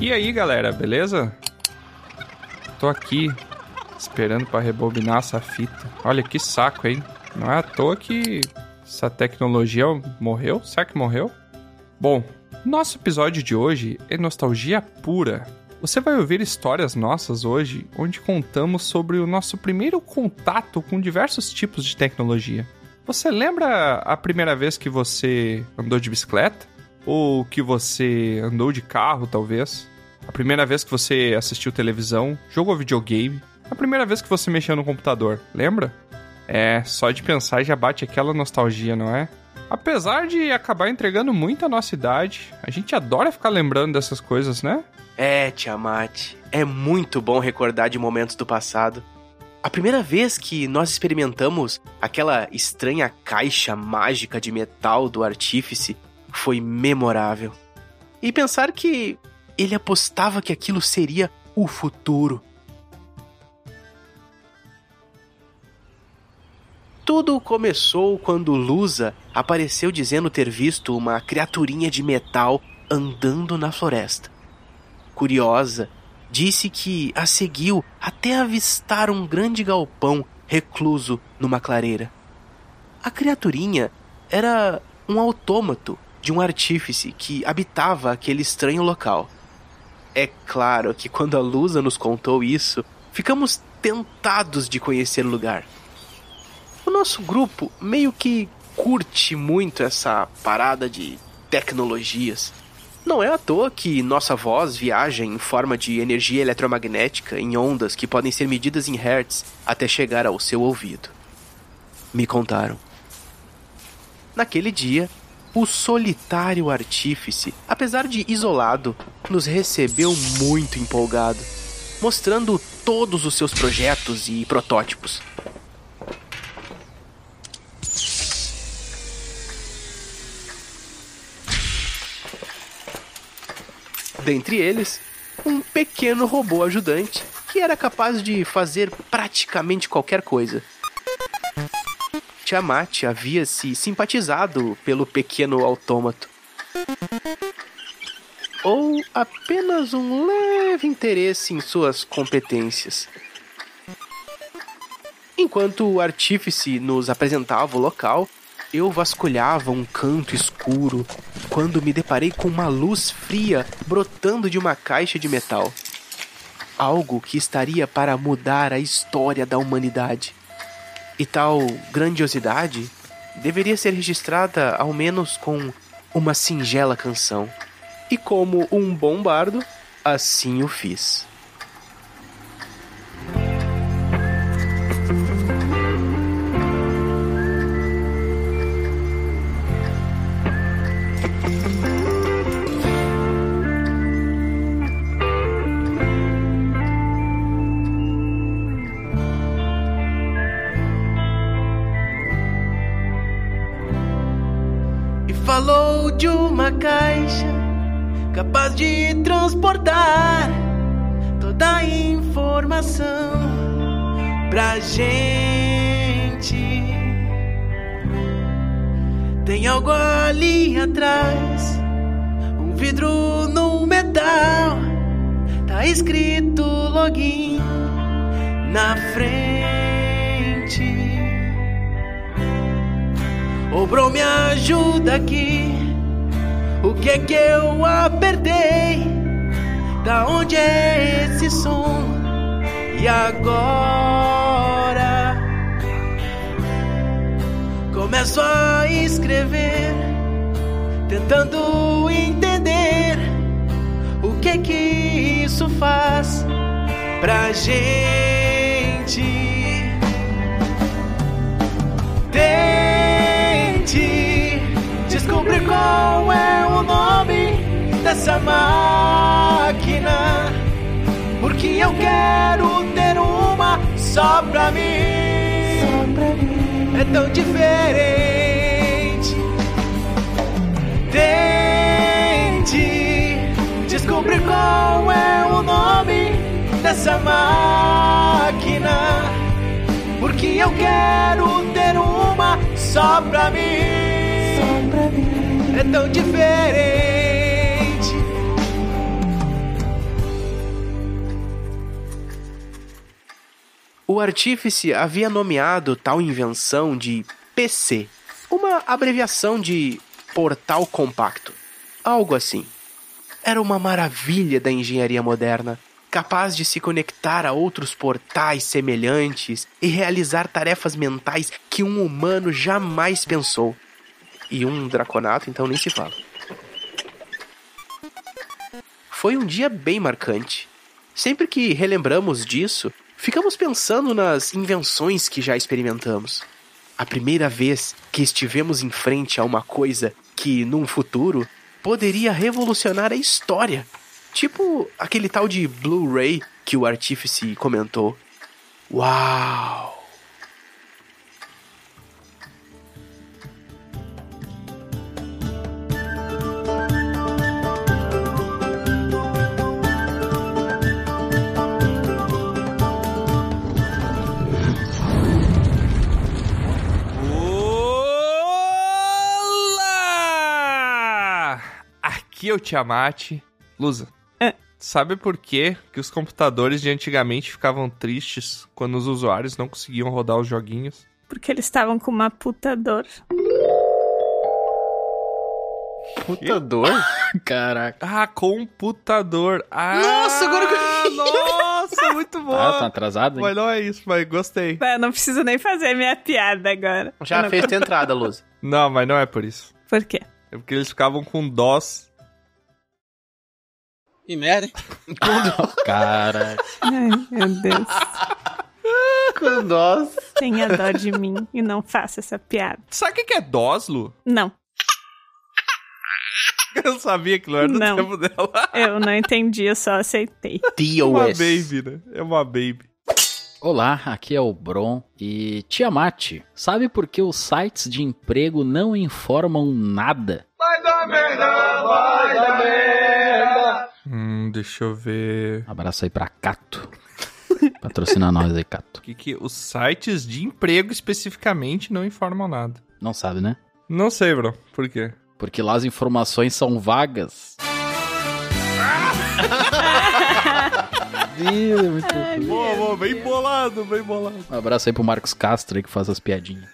E aí, galera, beleza? Tô aqui esperando pra rebobinar essa fita. Olha que saco, hein? Não é à toa que essa tecnologia morreu? Será que morreu? Bom, nosso episódio de hoje é nostalgia pura. Você vai ouvir histórias nossas hoje onde contamos sobre o nosso primeiro contato com diversos tipos de tecnologia. Você lembra a primeira vez que você andou de bicicleta? Ou que você andou de carro, talvez? A primeira vez que você assistiu televisão, jogou videogame? A primeira vez que você mexeu no computador, lembra? É, só de pensar já bate aquela nostalgia, não é? Apesar de acabar entregando muito a nossa idade, a gente adora ficar lembrando dessas coisas, né? É, Tiamat, é muito bom recordar de momentos do passado. A primeira vez que nós experimentamos aquela estranha caixa mágica de metal do artífice foi memorável. E pensar que ele apostava que aquilo seria o futuro. Tudo começou quando Lusa apareceu dizendo ter visto uma criaturinha de metal andando na floresta. Curiosa, disse que a seguiu até avistar um grande galpão recluso numa clareira. A criaturinha era um autômato de um artífice que habitava aquele estranho local. É claro que quando a Lusa nos contou isso, ficamos tentados de conhecer o lugar. O nosso grupo meio que curte muito essa parada de tecnologias. Não é à toa que nossa voz viaja em forma de energia eletromagnética em ondas que podem ser medidas em hertz até chegar ao seu ouvido. Me contaram. Naquele dia, o solitário artífice, apesar de isolado, nos recebeu muito empolgado, mostrando todos os seus projetos e protótipos. Dentre eles, um pequeno robô ajudante que era capaz de fazer praticamente qualquer coisa. Tiamat havia se simpatizado pelo pequeno autômato. Ou apenas um leve interesse em suas competências. Enquanto o artífice nos apresentava o local, eu vasculhava um canto escuro quando me deparei com uma luz fria brotando de uma caixa de metal. Algo que estaria para mudar a história da humanidade. E tal grandiosidade deveria ser registrada ao menos com uma singela canção. E como um bom bardo, assim o fiz. e falou de uma caixa capaz de transportar toda a informação pra gente. Tem algo ali atrás, um vidro no metal, tá escrito login na frente. Ô bro, me ajuda aqui. O que é que eu apertei? Da onde é esse som? E agora? Começo a escrever, tentando entender o que é que isso faz pra gente. Tente descobrir qual é o nome dessa máquina. Porque eu quero ter uma só pra mim. É tão diferente. Tente descobrir qual é o nome dessa máquina. Porque eu quero ter uma só pra mim. É tão diferente. O artífice havia nomeado tal invenção de PC, uma abreviação de Portal Compacto, algo assim. Era uma maravilha da engenharia moderna, capaz de se conectar a outros portais semelhantes e realizar tarefas mentais que um humano jamais pensou. E um draconato, então, nem se fala. Foi um dia bem marcante. Sempre que relembramos disso, ficamos pensando nas invenções que já experimentamos. A primeira vez que estivemos em frente a uma coisa que, num futuro, poderia revolucionar a história. Tipo aquele tal de Blu-ray que o artífice comentou. Uau! Olá! Aqui é o Tiamat. Lusa. É. Sabe por quê que os computadores de antigamente ficavam tristes quando os usuários não conseguiam rodar os joguinhos? Porque eles estavam com uma puta dor. Puta dor? Caraca. Ah, computador! Ah, Nossa, agora que eu- Nossa, muito bom! Ah, tá atrasado, hein? Mas não é isso, mas gostei. Mas Eu não preciso nem fazer minha piada agora. Eu Já não- fez tua entrada, Luz. Não, mas não é por isso. Por quê? É porque eles ficavam com dós. Que merda, hein? Caraca. Ai, meu Deus. Com nós. Tenha dó de mim e não faça essa piada. Sabe o que que é dós, Lu? Não, Eu sabia que não era do Não. tempo dela. É eu não entendi, eu só aceitei. uma TOS. baby, né? É uma baby. Olá, aqui é o Bron e Tiamat. Sabe por que os sites de emprego não informam nada? Hum, deixa eu ver. Abraço aí pra Cato. Patrocina nós aí, Cato. O que, que os sites de emprego especificamente não informam nada? Não sabe, né? Não sei, bro. Por quê? Porque lá as informações são vagas. Ih, é muito bom. Boa, boa, bem bolado, bem bolado. Um abraço aí pro Marcos Castro aí que faz as piadinhas.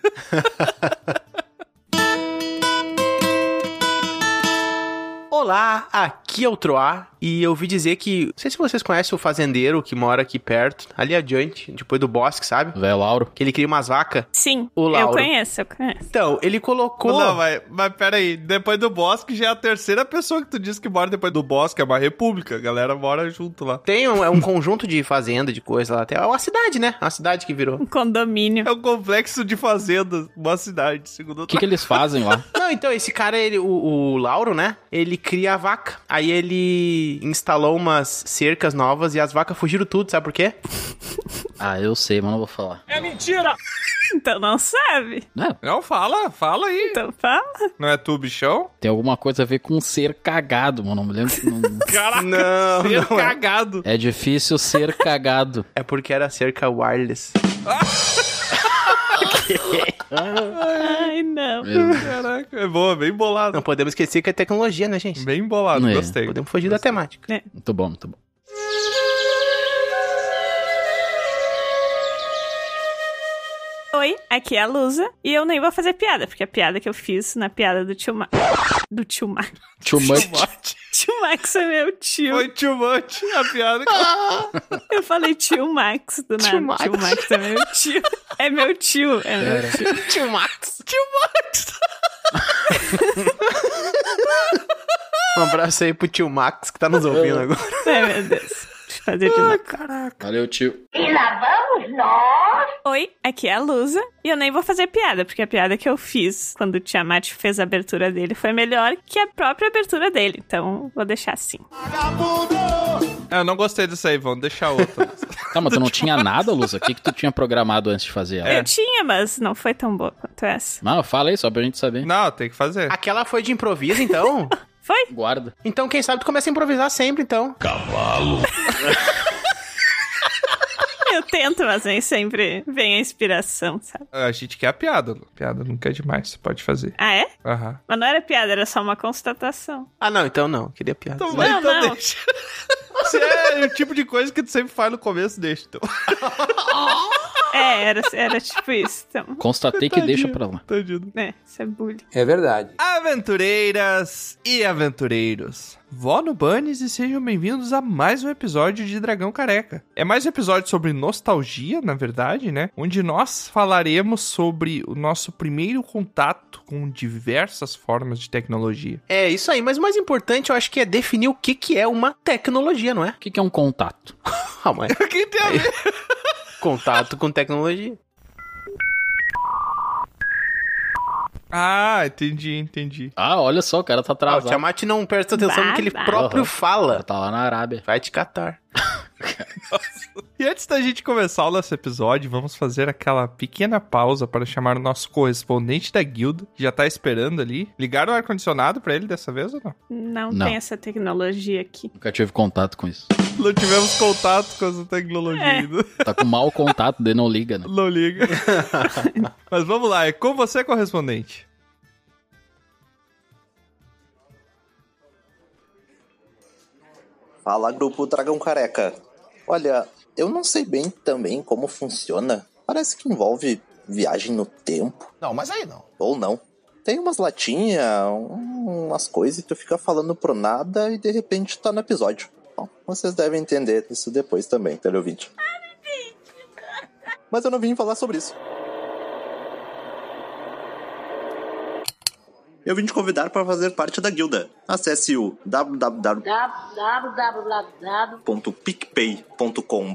Olá, aqui é o Troá e eu ouvi dizer que. Não sei se vocês conhecem o fazendeiro que mora aqui perto, ali adiante, depois do bosque, sabe? Velho Lauro. Que ele cria umas vacas. Sim, O eu Lauro. conheço, eu conheço. Então, ele colocou. Não, mas, mas peraí, depois do Bosque já é a terceira pessoa que tu disse que mora depois do Bosque, é uma república, a galera mora junto lá. Tem um, é um conjunto de fazenda, de coisa lá. até. É uma cidade, né? É uma cidade que virou. Um condomínio. É um complexo de fazendas, uma cidade, segundo O que, que eles fazem lá? Não, então, esse cara, ele, o, o Lauro, né? Ele cria a vaca. Aí ele instalou umas cercas novas e as vacas fugiram tudo, sabe por quê? Ah, eu sei, mas não vou falar. Então não sabe. Não, Não, fala, fala aí. Então fala. Não é tu, bichão? tem alguma coisa a ver com ser cagado, mano. Não me lembro. que Não... Caraca, Não, ser não é. cagado. É difícil ser cagado. É porque era cerca wireless. Ai, não. Meu Deus. Caraca, é boa, bem bolado. Não podemos esquecer que é tecnologia, né, gente? Bem bolado, É. gostei. Podemos fugir da temática. Muito bom, muito bom. Oi, aqui é a Lusa e eu nem vou fazer piada, porque a piada que eu fiz na piada do tio Ma... Do tio Max. Too much. Tio Max é meu tio. Foi too much a piada. Eu falei tio Max do nada. Tio Max, é meu tio. É meu tio. É meu tio. Tio Max. Um abraço aí pro tio Max que tá nos ouvindo agora. Ai, meu Deus. Deixa eu fazer de novo. Valeu, tio. Oi, aqui é a Lusa. E eu nem vou fazer piada, porque a piada que eu fiz quando o Tiamat fez a abertura dele foi melhor que a própria abertura dele. Então, vou deixar assim. Ah, eu não gostei disso aí, vamos deixar outra. Tá, mas tu não tinha nada, Lusa? O que, que tu tinha programado antes de fazer ela? Eu tinha, mas não foi tão boa quanto essa. Não, fala aí só pra gente saber. não, tem que fazer. Aquela foi de improviso, então? Foi? Guarda. Então, quem sabe tu começa a improvisar sempre, então. Eu tento, mas nem sempre vem a inspiração, sabe? A gente quer a piada, Lu. Piada nunca é demais, você pode fazer. Ah, é? Aham. Mas não era piada, era só uma constatação. Ah, não, então não. Queria piada. Então vai, Não, vai, então então não. deixa. Isso é o tipo de coisa que tu sempre faz no começo, deixa. Então. É, era, era tipo isso. Então, Constatei que deixa pra lá. Tadinho. né, isso é bullying. É verdade. Aventureiras e aventureiros, vó no Bunnies e sejam bem-vindos a mais um episódio de Dragão Careca. É mais um episódio sobre nostalgia, na verdade, né? Onde nós falaremos sobre o nosso primeiro contato com diversas formas de tecnologia. É, isso aí. Mas o mais importante, eu acho que é definir o que, que é uma tecnologia, não é? O que, que é um contato? Calma, é Quem tem a ver? contato com tecnologia. Ah, entendi, entendi. Ah, olha só, o cara tá Ah, o atrasado. Tiamat não presta atenção no que ele Bah, bah. próprio Aham. fala. Tá lá na Arábia. Vai te catar. E antes da gente começar o nosso episódio, vamos fazer aquela pequena pausa para chamar o nosso correspondente da guilda, que já tá esperando ali. Ligaram o ar-condicionado pra ele dessa vez ou não? Não, Não. tem essa tecnologia aqui. Nunca tive contato com isso. Não tivemos contato com essa tecnologia É. ainda. Tá com mau contato, daí não liga, né? Não liga. Mas vamos lá, é com você, correspondente. Fala, grupo Dragão Careca. Olha, eu não sei bem também como funciona. Parece que envolve viagem no tempo, Não, mas aí não. ou não. Tem umas latinhas, umas coisas, e tu fica falando pro nada e de repente tá no episódio. Bom, vocês devem entender isso depois também, teleouvinte. Mas eu não vim falar sobre isso. Eu vim te convidar para fazer parte da guilda. Acesse o www www.com.br picpay.com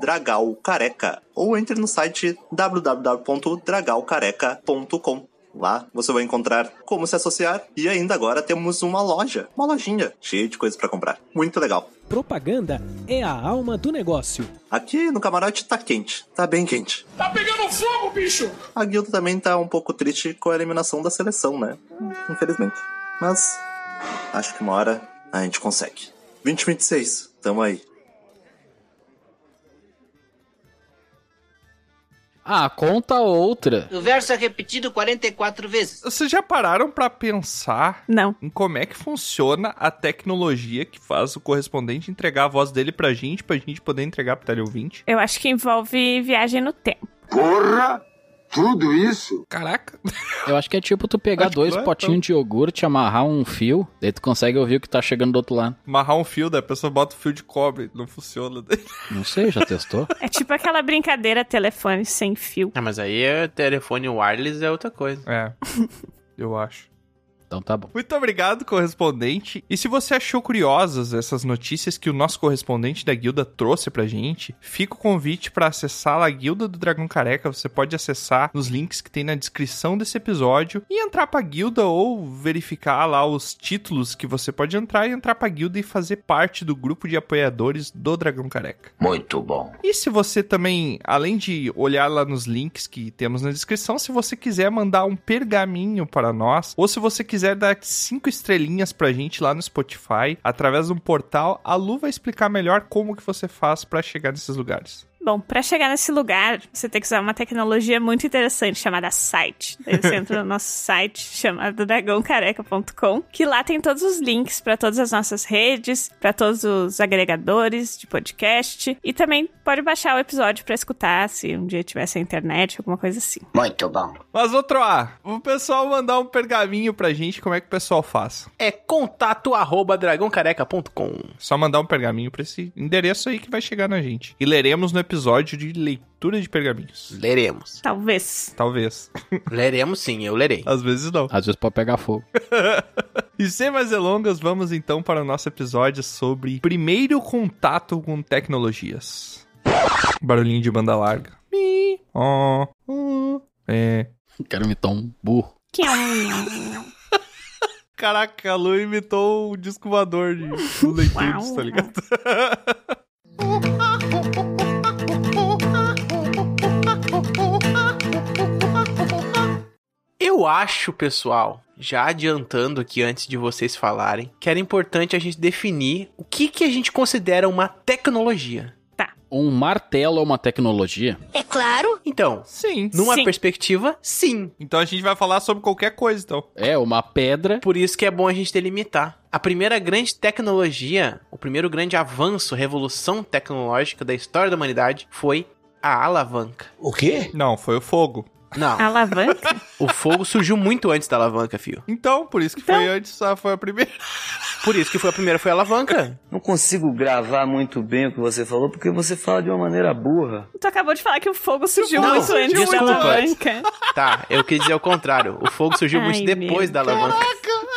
dragalcareca ou entre no site www.dragalcareca.com. Lá você vai encontrar como se associar e ainda agora temos uma loja, uma lojinha cheia de coisas pra comprar. Muito legal. Propaganda é a alma do negócio. Aqui no camarote tá quente, tá bem quente. Tá pegando fogo, bicho! A guilda também tá um pouco triste com a eliminação da seleção, né? Infelizmente. Mas acho que uma hora a gente consegue. 2026, tamo aí. Ah, conta outra. O verso é repetido 44 vezes. Vocês já pararam pra pensar Não. em como é que funciona a tecnologia que faz o correspondente entregar a voz dele pra gente, pra gente poder entregar pro teleouvinte? Eu acho que envolve viagem no tempo. Caraca, Eu acho que é tipo tu pegar Acho que dois não é, potinhos de iogurte, amarrar um fio, daí tu consegue ouvir o que tá chegando do outro lado. amarrar um fio, daí a pessoa bota o fio de cobre, não funciona. Não sei, já testou? É tipo aquela brincadeira telefone sem fio. Ah, mas aí é telefone wireless é outra coisa. É, eu acho. Então tá bom. Muito obrigado, correspondente. E se você achou curiosas essas notícias que o nosso correspondente da guilda trouxe pra gente, fica o convite pra acessar a Guilda do Dragão Careca. Você pode acessar nos links que tem na descrição desse episódio e entrar pra guilda ou verificar lá os títulos que você pode entrar e entrar pra guilda e fazer parte do grupo de apoiadores do Dragão Careca. Muito bom. E se você também, além de olhar lá nos links que temos na descrição, se você quiser mandar um pergaminho para nós, ou se você quiser dar cinco estrelinhas pra gente lá no Spotify, através de um portal, a Lu vai explicar melhor como que você faz pra chegar nesses lugares. Bom, pra chegar nesse lugar, você tem que usar uma tecnologia muito interessante chamada site. Daí você entra no nosso site chamado dragãocareca.com, que lá tem todos os links pra todas as nossas redes, pra todos os agregadores de podcast e também pode baixar o episódio pra escutar se um dia tiver sem internet, alguma coisa assim. Muito bom. Mas outro A, o pessoal mandar um pergaminho pra gente, como é que o pessoal faz? É contato arroba dragãocareca.com. Só mandar um pergaminho pra esse endereço aí que vai chegar na gente. E leremos no episódio de leitura de pergaminhos. Leremos. Talvez. Talvez. Leremos sim, eu lerei. Às vezes não. Às vezes pode pegar fogo. E sem mais delongas, vamos então para o nosso episódio sobre primeiro contato com tecnologias. Barulhinho de banda larga. Mi, ó, ó, é. Quero imitar um burro. Que é um- Caraca, a Lu imitou o disco voador de do Leitudes, tá ligado? Eu acho, pessoal, já adiantando aqui antes de vocês falarem, que era importante a gente definir o que, que a gente considera uma tecnologia. Tá. Um martelo é uma tecnologia? É claro. Então, Sim. numa Sim. perspectiva, sim. Então a gente vai falar sobre qualquer coisa, então. É, uma pedra. Por isso que é bom a gente delimitar. A primeira grande tecnologia, o primeiro grande avanço, revolução tecnológica da história da humanidade foi a alavanca. O quê? Não, foi o fogo. Não, Alavanca? o fogo surgiu muito antes da alavanca, fio. Então, por isso que foi antes, ah, foi a primeira. Por isso que foi a primeira foi a alavanca. Não consigo gravar muito bem o que você falou porque você fala de uma maneira burra. tu acabou de falar que o fogo surgiu Não, muito antes desculpa. da alavanca. Tá, eu quis dizer o contrário. O fogo surgiu Ai, muito depois meu da alavanca.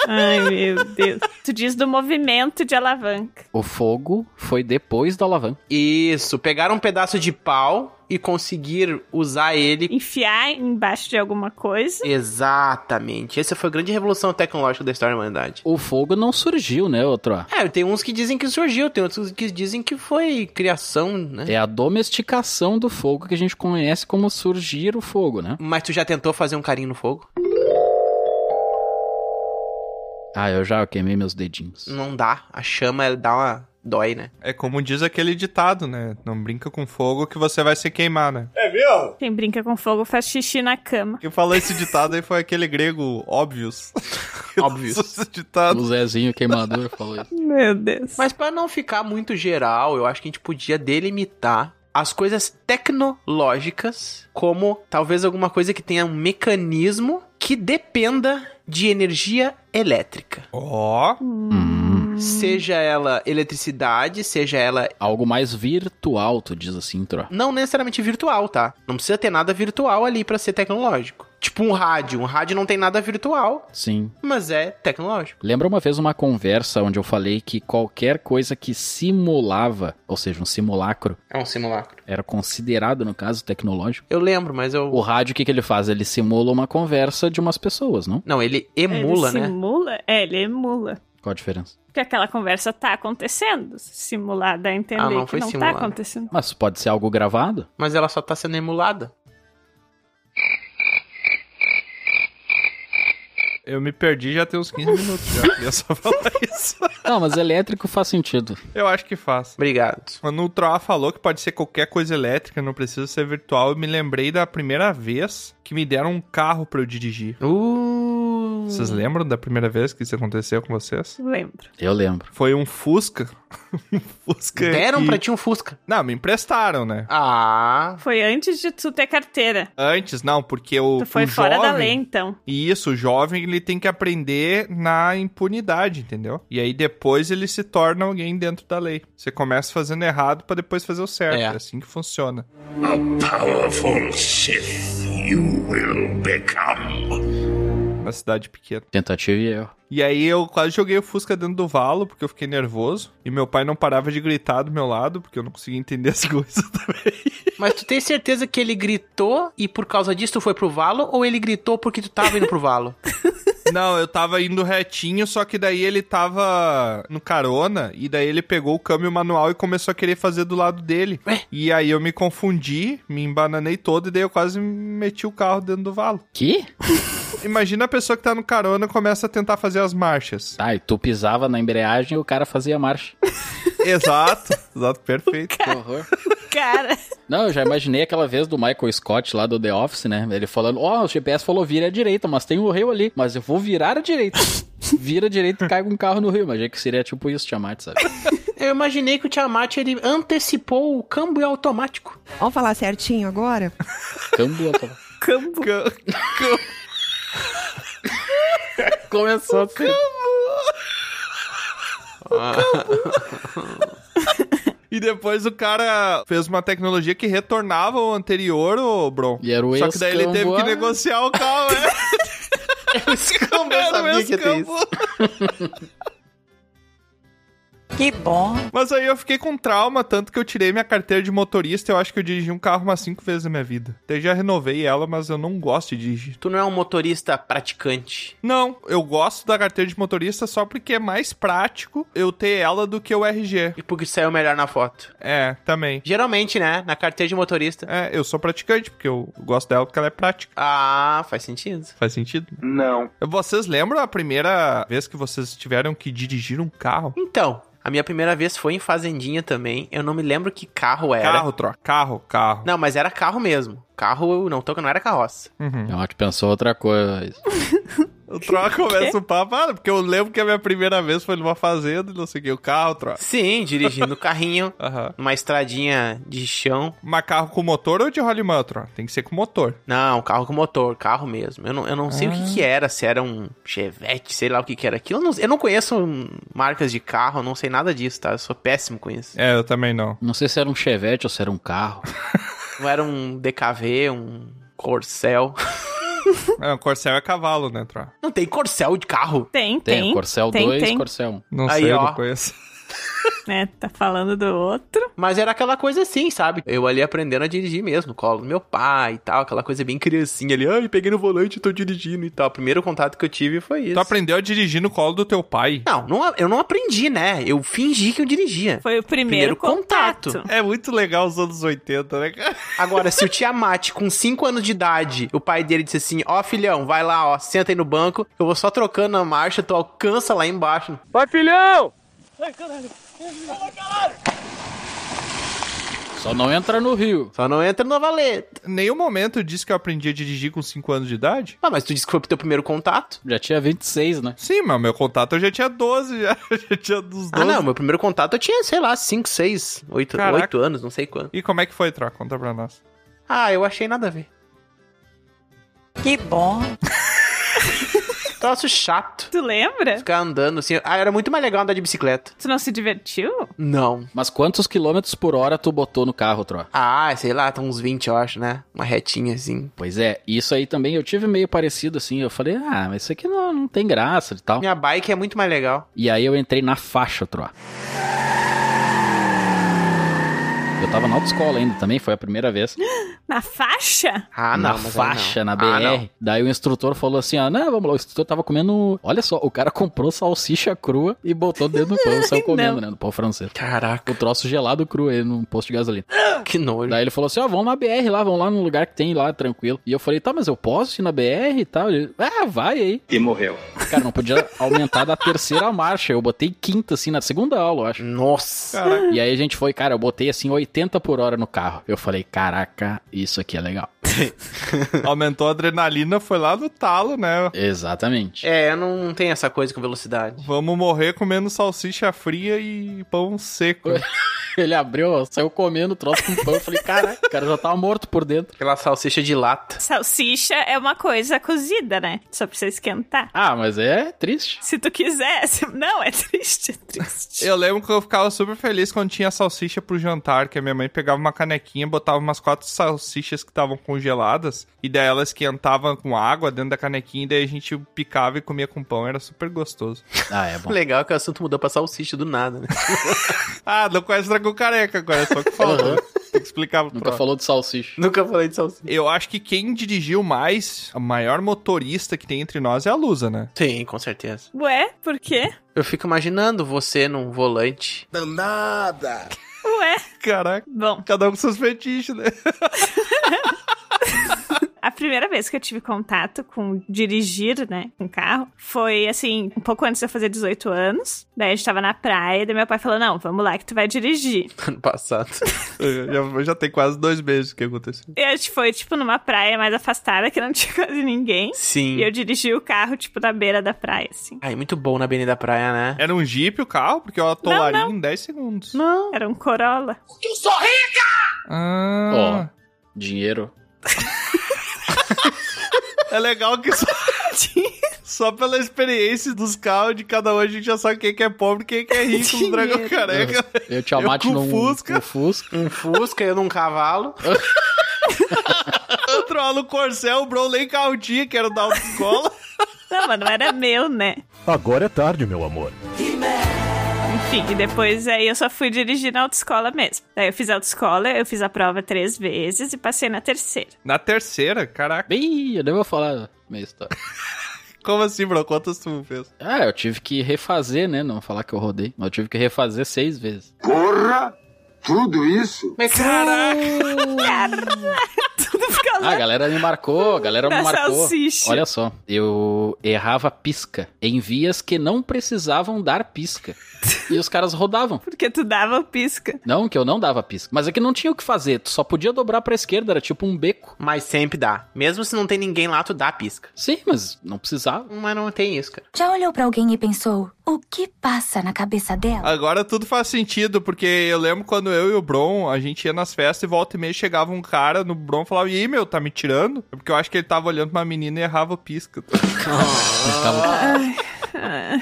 Ai, meu Deus. Tu diz do movimento de alavanca. O fogo foi depois da alavanca. Isso, pegaram um pedaço de pau e conseguir usar ele. Enfiar embaixo de alguma coisa. Exatamente. Essa foi a grande revolução tecnológica da história da humanidade. O fogo não surgiu, né, outro? É, tem uns que dizem que surgiu, tem outros que dizem que foi criação, né? É a domesticação do fogo que a gente conhece como surgir o fogo, né? Mas tu já tentou fazer um carinho no fogo? Ah, eu já queimei meus dedinhos. Não dá. A chama ela dá uma dói, né? É como diz aquele ditado, né? Não brinca com fogo que você vai se queimar, né? Quem brinca com fogo faz xixi na cama. Quem falou esse ditado aí foi aquele grego óbvios. Óbvio. esse ditado. O Zezinho queimador falou isso. Meu Deus. Mas pra não ficar muito geral, eu acho que a gente podia delimitar as coisas tecnológicas como talvez alguma coisa que tenha um mecanismo que dependa de energia elétrica. Ó, Hum, Seja ela eletricidade, seja ela algo mais virtual, tu diz assim, Tro. não necessariamente virtual, tá? Não precisa ter nada virtual ali pra ser tecnológico. Tipo um rádio, um rádio não tem nada virtual, Sim. mas é tecnológico. Lembra uma vez uma conversa onde eu falei que qualquer coisa que simulava, ou seja, um simulacro, É um simulacro. era considerado, no caso, tecnológico? Eu lembro, mas eu O rádio, o que, que ele faz? Ele simula uma conversa de umas pessoas, não? Não, ele emula, ele né? simula? É, ele emula. Qual a diferença? Porque aquela conversa tá acontecendo. Simular dá a entender Ah, não que foi não simulado. tá acontecendo. Mas pode ser algo gravado? Mas ela só tá sendo emulada. eu me perdi já tem uns 15 minutos já. Eu queria só falar isso. Não, mas elétrico faz sentido. Eu acho que faz. Obrigado. Quando o Troá falou que pode ser qualquer coisa elétrica, não precisa ser virtual, eu me lembrei da primeira vez que me deram um carro pra eu dirigir. Uh... Hum. Vocês lembram da primeira vez que isso aconteceu com vocês? Lembro. Eu lembro. Foi um Fusca. um Fusca. Deram que- pra ti um Fusca. Não, me emprestaram, né? Ah, Foi antes de tu ter carteira. Antes, não, porque o. Tu foi o fora jovem, da lei, então. E isso, o jovem ele tem que aprender na impunidade, entendeu? E aí depois ele se torna alguém dentro da lei. Você começa fazendo errado pra depois fazer o certo. É. É, assim que funciona. Powerful Sith you will become. Na cidade pequena. Tentativa e erro. E aí eu quase joguei o Fusca dentro do valo, porque eu fiquei nervoso. E meu pai não parava de gritar do meu lado, porque eu não conseguia entender as coisas também. mas tu tem certeza que ele gritou e por causa disso tu foi pro valo ou ele gritou porque tu tava indo pro valo? não, eu tava indo retinho, só que daí ele tava no carona, e daí ele pegou o câmbio manual e começou a querer fazer do lado dele. Ué? E aí eu me confundi, me embananei todo, e daí eu quase meti o carro dentro do valo. Que? Imagina a pessoa que tá no carona e começa a tentar fazer as marchas. Tá, e tu pisava na embreagem e o cara fazia marcha. exato, exato, perfeito. Que horror. Cara, Não, eu já imaginei aquela vez do Michael Scott lá do The Office, né? Ele falando, ó, o GPS falou vira à direita, mas tem um rio ali. Mas eu vou virar à direita. Vira à direita e cai com um carro no rio. Imagina que seria tipo isso, Tiamat, sabe? Eu imaginei que o Tiamat ele antecipou o câmbio automático. Vamos falar certinho agora? Câmbio. automático. campo. Começou assim. E depois o cara fez uma tecnologia que retornava o anterior, ô Bron. E era o Só que daí ele teve escambo, que ah. negociar o carro, é. Eu escambo, eu Era o sabia que ia ter escambo. isso. Que bom. Mas aí eu fiquei com trauma, tanto que eu tirei minha carteira de motorista. Eu acho que eu dirigi um carro umas cinco vezes na minha vida. Daí já renovei ela, mas eu não gosto de dirigir. Tu não é um motorista praticante. Não, eu gosto da carteira de motorista só porque é mais prático eu ter ela do que o RG. E porque saiu melhor na foto. É, também. Geralmente, né? Na carteira de motorista. É, eu sou praticante, porque eu gosto dela porque ela é prática. Ah, faz sentido. Faz sentido? Não. Vocês lembram a primeira vez que vocês tiveram que dirigir um carro? Então, a A minha primeira vez foi em Fazendinha também. Eu não me lembro que carro era. Carro, troca. Carro, carro. Não, mas era carro mesmo. Carro, não tô, não era carroça. Uhum. Não, tu pensou outra coisa. O Troa começa o papo, ah, porque eu lembro que a minha primeira vez foi numa fazenda e não sei o que, o carro, Troa. Sim, dirigindo o carrinho, Aham. numa estradinha de chão. Mas carro com motor ou de rolimã, Troa? Tem que ser com motor. Não, carro com motor, carro mesmo. Eu não, eu não sei o que, que era, se era um Chevette, sei lá o que, que era aquilo. Eu não, eu não conheço hum, marcas de carro, eu não sei nada disso, tá? Eu sou péssimo com isso. É, eu também não. Não sei se era um Chevette ou se era um carro. Não era um DKV, um Corcel. É, o Corcel é cavalo, né, Troa? Não tem Corcel de carro. Tem, Tem, tem. o Corcel tem, 2 tem. Corcel 1. Não Aí, sei, ó. não conheço. É, tá falando do outro. Mas era aquela coisa assim, sabe? Eu ali aprendendo a dirigir mesmo, no colo do meu pai e tal, aquela coisa bem criancinha ali. Ai, peguei no volante, tô dirigindo e tal. O primeiro contato que eu tive foi isso. Tu aprendeu a dirigir no colo do teu pai. Não, não, eu não aprendi, né? Eu fingi que eu dirigia. Foi o primeiro, Primeiro contato. É muito legal os anos 80, né, cara? Agora, se o Tiamat, com 5 anos de idade, o pai dele disse assim: Ó, filhão, vai lá, ó, senta aí no banco, eu vou só trocando a marcha, tu alcança lá embaixo. Só não entra no Rio. Só não entra no valeta. Nenhum momento eu disse que eu aprendi a dirigir com 5 anos de idade. Ah, mas tu disse que foi pro teu primeiro contato? Já tinha 26, né? Sim, mas meu contato eu já tinha 12, já, já tinha dos 12. Ah, não, meu primeiro contato eu tinha, sei lá, 5, 6, 8, Caraca. oito anos, não sei quanto. E como é que foi, Troa? Conta pra nós. Ah, eu achei nada a ver. Que bom. Troço chato. Tu lembra? Ficar andando assim. Ah, era muito mais legal andar de bicicleta. Tu não se divertiu? Não. Mas quantos quilômetros por hora tu botou no carro, Tro? Ah, sei lá, tá uns 20, eu acho, né? Uma retinha assim. Pois é, isso aí também eu tive meio parecido assim. Eu falei, ah, mas isso aqui não, não tem graça e tal. Minha bike é muito mais legal. E aí eu entrei na faixa, Tro. Eu tava na autoescola ainda também, foi a primeira vez. Na faixa? Ah, não. na mas aí faixa, não. na BR. Ah, não. Daí o instrutor falou assim: ah, não, vamos lá. O instrutor tava comendo. Olha só, o cara comprou salsicha crua e botou dentro do pão. Saiu comendo, Não. né? No pão francês. Caraca, O troço gelado cru aí num posto de gasolina. que nojo. Daí ele falou assim: ó, vamos na BR lá, vamos lá num lugar que tem lá, tranquilo. E eu falei: tá, mas eu posso ir na BR e tal? Ele, ah, vai aí. E morreu. Cara, não podia aumentar da terceira marcha. Eu botei quinta, assim, na segunda aula, eu acho. Nossa. Caraca. E aí a gente foi, cara, eu botei assim 80 por hora no carro. Eu falei, caraca, isso aqui é legal. Aumentou a adrenalina, foi lá no talo, né? Exatamente. É, eu não tenho essa coisa com velocidade. Vamos morrer comendo salsicha fria e pão seco. Ele abriu, ó, saiu comendo o troço com pão. Eu falei, caraca, o cara já tava morto por dentro. Aquela salsicha de lata. Salsicha é uma coisa cozida, né? Só precisa esquentar. Ah, mas é triste. Se tu quiser. se- Não, é triste, é triste. Eu lembro que eu ficava super feliz quando tinha salsicha pro jantar, que a minha mãe pegava uma canequinha, botava umas quatro salsichas que estavam congeladas, e daí ela esquentava com água dentro da canequinha, e daí a gente picava e comia com pão, era super gostoso. Ah, é bom. Legal que o assunto mudou pra salsicha do nada, né? Ah, não conhece Dragão Careca agora, é só o que falta. né? Tem que explicar pro Nunca troço. falou de salsicha. Nunca falei de salsicha. Eu acho que quem dirigiu mais, a maior motorista que tem entre nós é a Lusa, né? Sim, com certeza. Ué, por quê? Eu fico imaginando você num volante. Danada! Ué. Caraca. Bom, Cada um com seus fetiches, né? a primeira vez que eu tive contato com dirigir, né, com carro, foi assim, um pouco antes de eu fazer 18 anos. Daí a gente tava na praia, daí meu pai falou: Não, vamos lá que tu vai dirigir. Ano passado. já, já tem quase dois meses que aconteceu. E a gente foi, tipo, numa praia mais afastada que não tinha quase ninguém. E Sim. eu dirigi o carro, tipo, na beira da praia, assim. Ai, muito bom na Avenida Praia, né? Era um jipe o carro, porque eu atolaria em 10 segundos. Não. Era um Corolla. Ó, Ah, dinheiro. É legal que só, só pela experiência dos carros de cada um a gente já sabe quem que é pobre e quem que é rico no Dragão Careca. Eu te amate Eu com num Fusca. com Fusca. Um Fusca, eu num cavalo. Eu trolo o Corcel, o Brolei Caldinha, que era da autoescola. Não, mas não era meu, né? Agora é tarde, meu amor. Enfim, e depois aí eu só fui dirigir na autoescola mesmo. Daí eu fiz autoescola, eu fiz a prova três vezes e passei na terceira. Na terceira, caraca. Bem, eu nem vou falar minha história. Como assim, bro? Quantas tu fez? Ah, eu tive que refazer, né? Não falar que eu rodei. Mas eu tive que refazer seis vezes. Porra! Tudo isso? Caraca! Tudo por causa Ah, a galera me marcou, a galera me Da marcou. salsicha. Olha só, eu errava pisca em vias que não precisavam dar pisca. E os caras rodavam. Porque tu dava pisca. Não, que eu não dava pisca. Mas é que não tinha o que fazer, tu só podia dobrar pra esquerda, era tipo um beco. Mas sempre dá. Mesmo se não tem ninguém lá, tu dá a pisca. Sim, mas não precisava. Mas não tem isso, cara. Já olhou pra alguém e pensou, o que passa na cabeça dela? Agora tudo faz sentido, porque eu lembro quando eu e o Bron, a gente ia nas festas e volta e meia chegava um cara no Bron e falava, ih, meu, tá me tirando? Porque eu acho que ele tava olhando pra uma menina e errava o pisca. Ah. Ai, ai,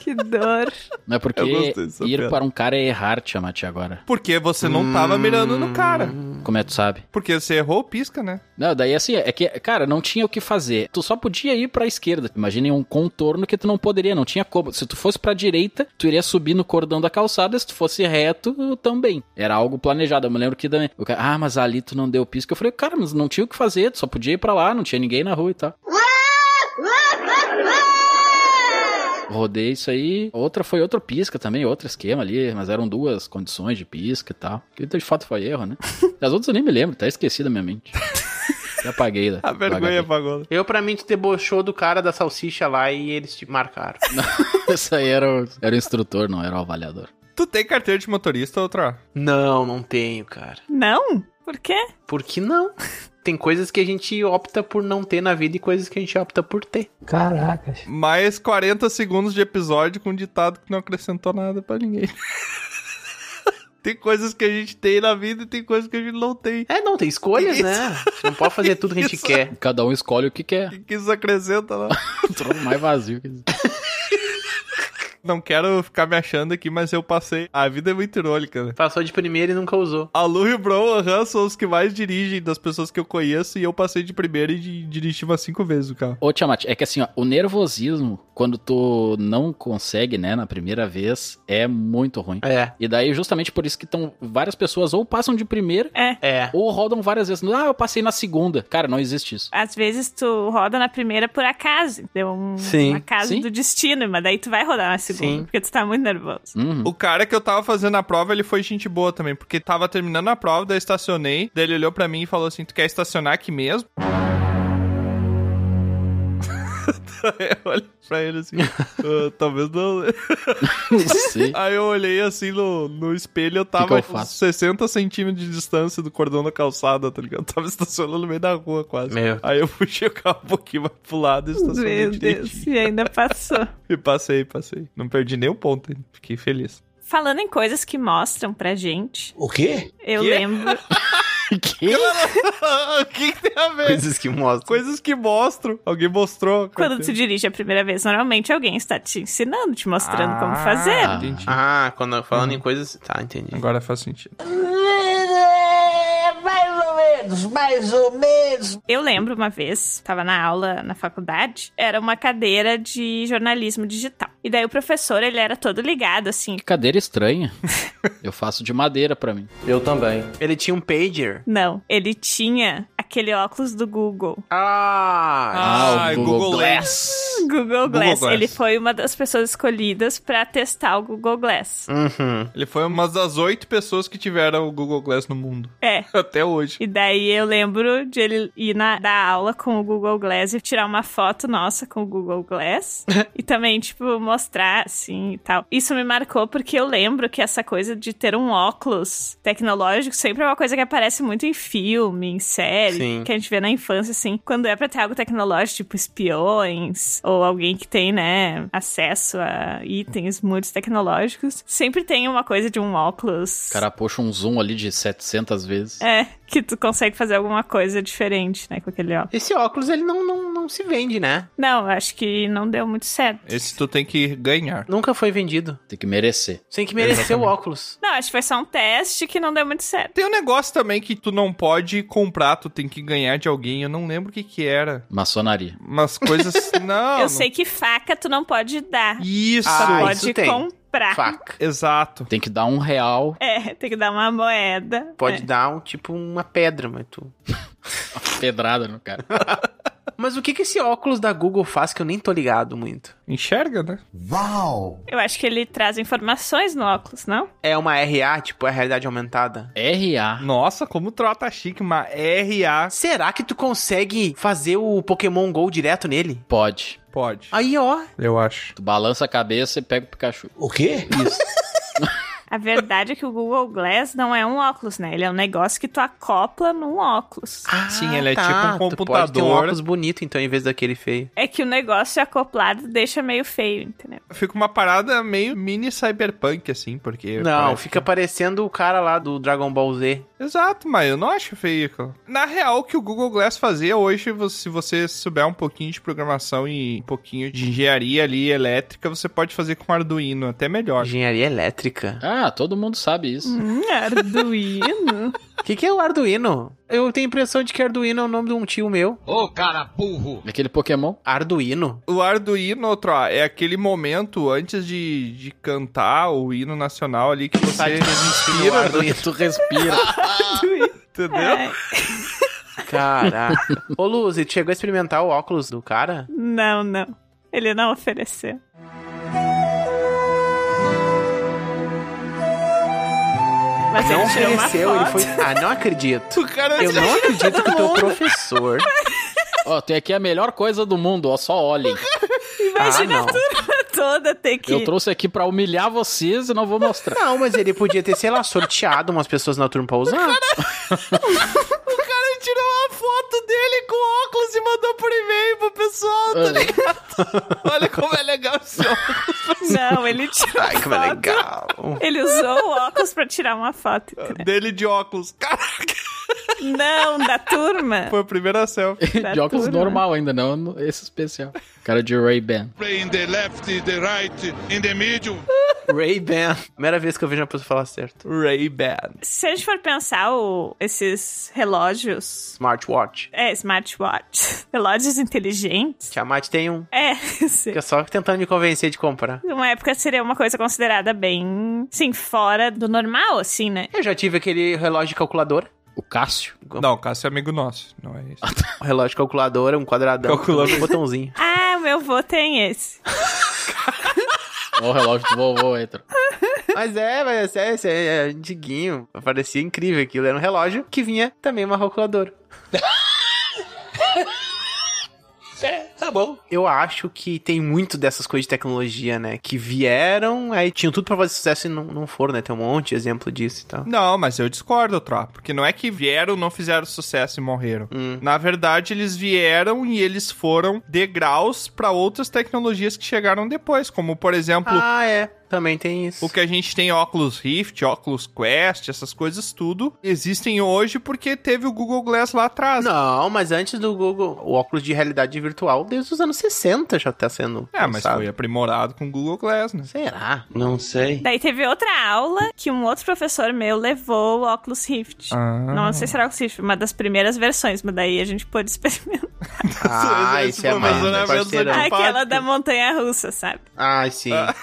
que dor. Não é porque Eu gostei dessa ir piada. para um cara é errar, Tiamat, agora. Porque você não tava mirando no cara. Como é que tu sabe? Porque você errou o pisca, né? Não, daí assim, é que, cara, não tinha o que fazer. Tu só podia ir pra esquerda. Imagine um contorno que tu não poderia, não tinha como. Se tu fosse pra direita, tu iria subir no cordão da calçada, se tu fosse reto, também. Era algo planejado. Eu me lembro que também. o cara, ah, mas ali tu não deu pisca. Eu falei, cara, mas não tinha o que fazer, tu só podia ir pra lá, não tinha ninguém na rua e tal. Rodei isso aí. Outra foi outra pisca também, outro esquema ali, mas eram duas condições de pisca e tal. Que de fato foi erro, né? Das outras eu nem me lembro, tá esquecido da minha mente. Já apaguei, né? A vergonha apagou. Eu, pra mim, te debochou do cara da salsicha lá e eles te marcaram. Isso aí era o, era o instrutor, não era o avaliador. Tu tem carteira de motorista, outra? Não, não tenho, cara. Não? Por quê? Por que não? Tem coisas que a gente opta por não ter na vida e coisas que a gente opta por ter. Caracas. Mais 40 segundos de episódio com um ditado que não acrescentou nada pra ninguém. tem coisas que a gente tem na vida e tem coisas que a gente não tem. É, não, tem escolhas, Isso. né? Não pode fazer tudo que a gente Isso. quer. Cada um escolhe o que quer. que isso acrescenta lá. O trono mais vazio que existe. Não quero ficar me achando aqui, mas eu passei. A vida é muito irônica, né? Passou de primeiro e nunca usou. A Lu e o Bron aham, são os que mais dirigem das pessoas que eu conheço e eu passei de primeiro e de- dirigi umas cinco vezes o carro. Ô, Tiamat, é que assim, ó, o nervosismo, quando tu não consegue, né, na primeira vez, é muito ruim. É. E daí, justamente por isso que estão várias pessoas ou passam de primeira, É. ou rodam várias vezes. Ah, eu passei na segunda. Cara, não existe isso. Às vezes tu roda na primeira por acaso. Deu um Sim. um acaso Sim. do destino, mas daí tu vai rodar na segunda, Sim. porque tu tá muito nervoso. O cara que eu tava fazendo a prova, ele foi gente boa também, porque tava terminando a prova, daí eu estacionei, daí ele olhou pra mim e falou assim: Tu quer estacionar aqui mesmo? Daí eu olhei pra ele assim, "Ah, talvez não. sei. Aí eu olhei assim no, no espelho, eu que tava eu a uns faço? 60 centímetros de distância do cordão da calçada, tá ligado? Eu tava estacionando no meio da rua quase. Meu. Aí eu puxei o carro um pouquinho mais pro lado e estacionei Meu direitinho. Deus, e ainda passou. E passei, passei. Não perdi nenhum ponto, hein? fiquei feliz. Falando em coisas que mostram pra gente, O quê? eu Quê? lembro. o que, que tem a ver? Coisas que mostram. Coisas que mostram. Alguém mostrou. Quando tu dirige a primeira vez, normalmente alguém está te ensinando, te mostrando como fazer. Entendi. Ah, quando falando em coisas. Tá, entendi. Agora faz sentido. Mais ou menos, mais ou menos. Eu lembro uma vez, tava na aula na faculdade, era uma cadeira de jornalismo digital. E daí o professor, ele era todo ligado, assim. Cadeira estranha. eu faço de madeira pra mim. Eu também. Ele tinha um pager. Não, ele tinha aquele óculos do Google. Ah, Ah, o Google Google Glass. Google Glass. Glass. Ele foi uma das pessoas escolhidas pra testar o Google Glass. Uhum. Ele foi uma das oito pessoas que tiveram o Google Glass no mundo. É. Até hoje. E daí eu lembro de ele ir na dar aula com o Google Glass e tirar uma foto nossa com o Google Glass. e também, tipo, mostrar assim e tal. Isso me marcou porque eu lembro que essa coisa de ter um óculos tecnológico sempre é uma coisa que aparece muito em filme, em série, Sim. que a gente vê na infância, assim. Quando é pra ter algo tecnológico, tipo espiões, ou alguém que tem, né, acesso a itens muito tecnológicos, sempre tem uma coisa de um óculos. O cara puxa um zoom ali de 700 vezes. É, que tu consegue fazer alguma coisa diferente, né, com aquele óculos. Esse óculos, ele não, não, não se vende, né? Não, eu acho que não deu muito certo. Esse tu tem que ganhar. Nunca foi vendido. Tem que merecer. Tem que merecer o óculos. Não, acho que foi só um teste que não deu muito certo. Tem um negócio também que tu não pode comprar, tu tem que ganhar de alguém. Eu não lembro o que que era. Maçonaria. Mas coisas... não. eu sei que faca tu não pode dar. Isso. Só Ah, pode isso tem. comprar. Faca. Exato. Tem que dar um real. É, tem que dar uma moeda. Pode É. dar um tipo uma pedra, mas tu. Pedrada no cara. Mas o que, que esse óculos da Google faz que eu nem tô ligado muito? Enxerga, né? Uau! É. Eu acho que ele traz informações no óculos, não? É uma RA, tipo, é a realidade aumentada. RA? Nossa, como trota chique, uma RA. Será que tu consegue fazer o Pokémon GO direto nele? Pode. Pode. Aí, ó. Eu acho. Tu balança a cabeça e pega o Pikachu. O quê? Isso. A verdade é que o Google Glass não é um óculos, né? Ele é um negócio que tu acopla num óculos. Ah, Sim, ele é tá. tipo um Tu pode ter um computador. óculos bonito, então, em vez daquele feio. É que o negócio acoplado deixa meio feio, entendeu? Fica uma parada meio mini cyberpunk, assim, porque. Não, parece- é. fica parecendo o cara lá do Dragon Ball Z. Exato, mas eu não acho feio. cara. Na real, o que o Google Glass fazia hoje, vo- se você souber um pouquinho de programação e um pouquinho de engenharia ali elétrica, você pode fazer com Arduino, até melhor. Engenharia elétrica. Ah, todo mundo sabe isso. Hum, Arduino. O que, que é o Arduino? Eu tenho a impressão de que Arduino é o nome de um tio meu. Ô, cara burro! Aquele Pokémon. Arduino? O Arduino, outro, ó, é aquele momento antes de, de cantar o hino nacional ali que você O respira, Arduino. Tu respira. entendeu? É. Caraca. Ô, Luz, e tu chegou a experimentar o óculos do cara? Não, não. Ele não ofereceu. Mas não ele tirou uma ofereceu, ele foto. foi. Ah, não acredito. O cara Eu não acredito que o teu professor. Ó, tem aqui a melhor coisa do mundo, ó, só olhem. Imagina Ah, a não. turma toda ter que... Eu trouxe aqui pra humilhar vocês e não vou mostrar. Não, mas ele podia ter, sei lá, sorteado umas pessoas na turma pra usar. O cara tirou uma foto dele com óculos e mandou por e-mail pro pessoal, Ah, tá ligado? Olha como é legal esse óculos. Não, ele tirou Ai, como é legal. Ele usou o óculos pra tirar uma foto. entendeu? Dele de óculos. Caraca, Não, da turma. foi a primeira selfie. Da de óculos turma. normal ainda, não no- esse especial. Cara de Ray-Ban. Playing the left, the right, in the middle. Ray-Ban. Primeira vez que eu vejo uma pessoa falar certo. Ray-Ban. Se a gente for pensar o- esses relógios... Smartwatch. É, smartwatch. Relógios inteligentes. Que a Mate tem um. É, sim. Fica só tentando me convencer de comprar. Numa época seria uma coisa considerada bem, sim, fora do normal, assim, né? Eu já tive aquele relógio de calculadora. O Cássio. Não, o Cássio é amigo nosso, não é isso. Um relógio de calculadora, um quadradão. Calculadora. Um botãozinho. Ah, o meu vô tem esse. Ó, o relógio do vovô entra. mas é, mas é, é, é, é antiguinho. Parecia incrível aquilo. Era um relógio que vinha também uma calculadora. É, tá bom. Eu acho que tem muito dessas coisas de tecnologia, né? Que vieram, aí tinham tudo pra fazer sucesso e não, não foram, né? Tem um monte de exemplo disso e tal. Não, mas eu discordo, Tro, porque não é que vieram, não fizeram sucesso e morreram. Hum. Na verdade, eles vieram e eles foram degraus pra outras tecnologias que chegaram depois, como, por exemplo, Ah, é. Também tem isso. O que a gente tem óculos Rift, óculos Quest, essas coisas tudo, existem hoje porque teve o Google Glass lá atrás. Não, mas antes do Google, o óculos de realidade virtual, desde os anos 60 já tá sendo. É, mas lançado. foi aprimorado com o Google Glass, né? Será? Não sei. Daí teve outra aula que um outro professor meu levou o Oculus Rift. Ah. Não sei se era o Oculus Rift, uma das primeiras versões, mas daí a gente pôde experimentar. Ah, Esse isso é mais. professor é né, menos parceirão. animado. Aquela da montanha russa, sabe? Ah, sim. Ah,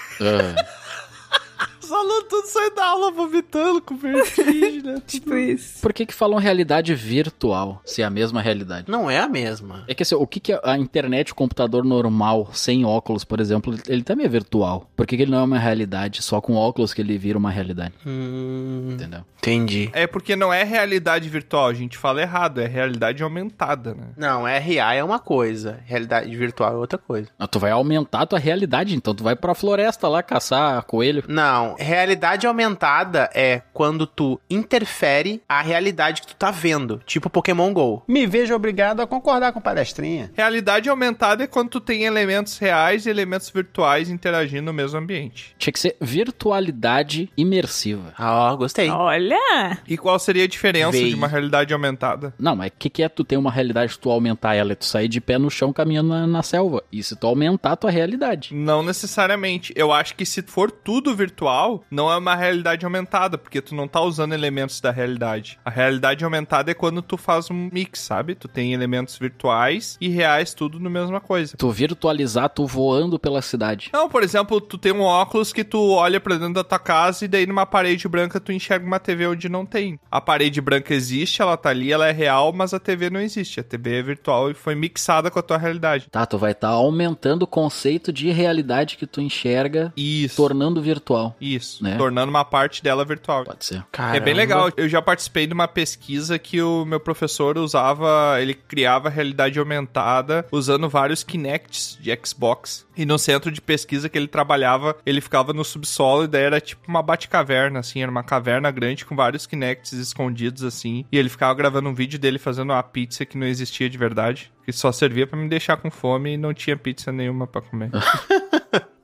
Os alunos tudo saem da aula vomitando com vertigem, né? Tipo isso. Por que que falam realidade virtual, se é a mesma realidade? Não é a mesma. É que assim, o que, que a internet, o computador normal, sem óculos, por exemplo, ele também é virtual. Por que, que ele não é uma realidade? Só com óculos que ele vira uma realidade, Hum, entendeu? entendi. É porque não é realidade virtual, a gente fala errado, é realidade aumentada, né? Não, RA é uma coisa, realidade virtual é outra coisa. Ah, tu vai aumentar a tua realidade, então tu vai pra floresta lá caçar coelho. Não, realidade aumentada é quando tu interfere a realidade que tu tá vendo, tipo Pokémon GO. Me vejo obrigado a concordar com palestrinha. Realidade aumentada é quando tu tem elementos reais e elementos virtuais interagindo no mesmo ambiente. Tinha que ser virtualidade imersiva. Ah, ó, gostei. Olha! E qual seria a diferença Vei. de uma realidade aumentada? Não, mas o que, que é tu ter uma realidade tu aumentar ela? É tu sair de pé no chão caminhando na, na selva. E se tu aumentar a tua realidade? Não necessariamente. Eu acho que se for tudo virtual, não é uma realidade aumentada, porque tu não tá usando elementos da realidade. A realidade aumentada é quando tu faz um mix, sabe? Tu tem elementos virtuais e reais tudo na mesma coisa. Tu virtualizar tu voando pela cidade. Não, por exemplo, tu tem um óculos que tu olha pra dentro da tua casa e daí numa parede branca tu enxerga uma TV TV onde não tem. A parede branca existe, ela tá ali, ela é real, mas a TV não existe. A TV é virtual e foi mixada com a tua realidade. Tá, tu vai estar aumentando o conceito de realidade que tu enxerga, Isso. tornando virtual. Isso, Né? tornando uma parte dela virtual. Pode ser. É bem legal. Eu já participei de uma pesquisa que o meu professor usava, ele criava realidade aumentada usando vários Kinects de Xbox. E no centro de pesquisa que ele trabalhava, ele ficava no subsolo e daí era tipo uma bate-caverna, assim, era uma caverna grande com vários Kinects escondidos, assim. E ele ficava gravando um vídeo dele fazendo uma pizza que não existia de verdade, que só servia pra me deixar com fome e não tinha pizza nenhuma pra comer.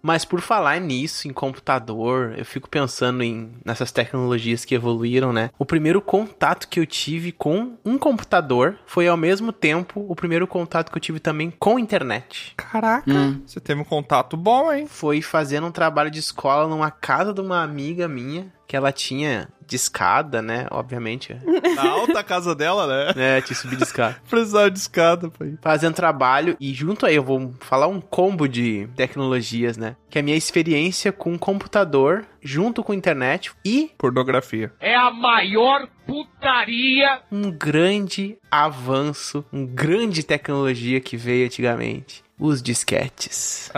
Mas por falar nisso, em computador, eu fico pensando em nessas tecnologias que evoluíram, né? O primeiro contato que eu tive com um computador foi ao mesmo tempo o primeiro contato que eu tive também com internet. Caraca, você teve um contato bom, hein? Foi fazendo um trabalho de escola numa casa de uma amiga minha, que ela tinha discada, né? Obviamente. Na alta casa dela, né? É, tinha subido discada. Precisava de escada, pai. fazendo trabalho e junto aí eu vou falar um combo de tecnologias, né? Que é a minha experiência com computador junto com internet e Pornografia. É a maior putaria. um grande avanço, um grande tecnologia que veio antigamente, os disquetes.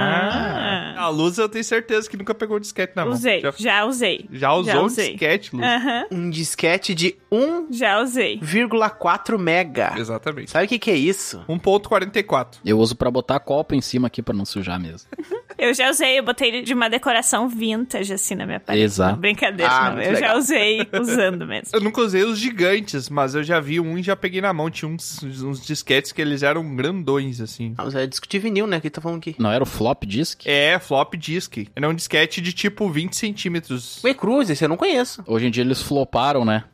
Ah. A Luz eu tenho certeza que nunca pegou um disquete Tá na mão. usei, já, Já, usei. já usou um usei. É. disquete, Luz? Aham, Um disquete de 1,4 já usei. mega. Exatamente. Sabe o que que é isso? 1.44. Eu uso pra botar copo em cima aqui pra não sujar mesmo. Eu já usei, eu botei ele de uma decoração vintage assim na minha parede. Exato. Não, brincadeira, Ah, não. muito Eu já legal. usei usando mesmo. Eu nunca usei os gigantes, mas eu já vi um e já peguei na mão. Tinha uns, uns disquetes que eles eram grandões, assim. Ah, mas é disco de vinil, né? Que tá falando aqui. Não era o flop disk? É, flop disk. Era um disquete de tipo 20 centímetros. Ué, Cruz, esse eu não conheço. Hoje em dia eles floparam, né?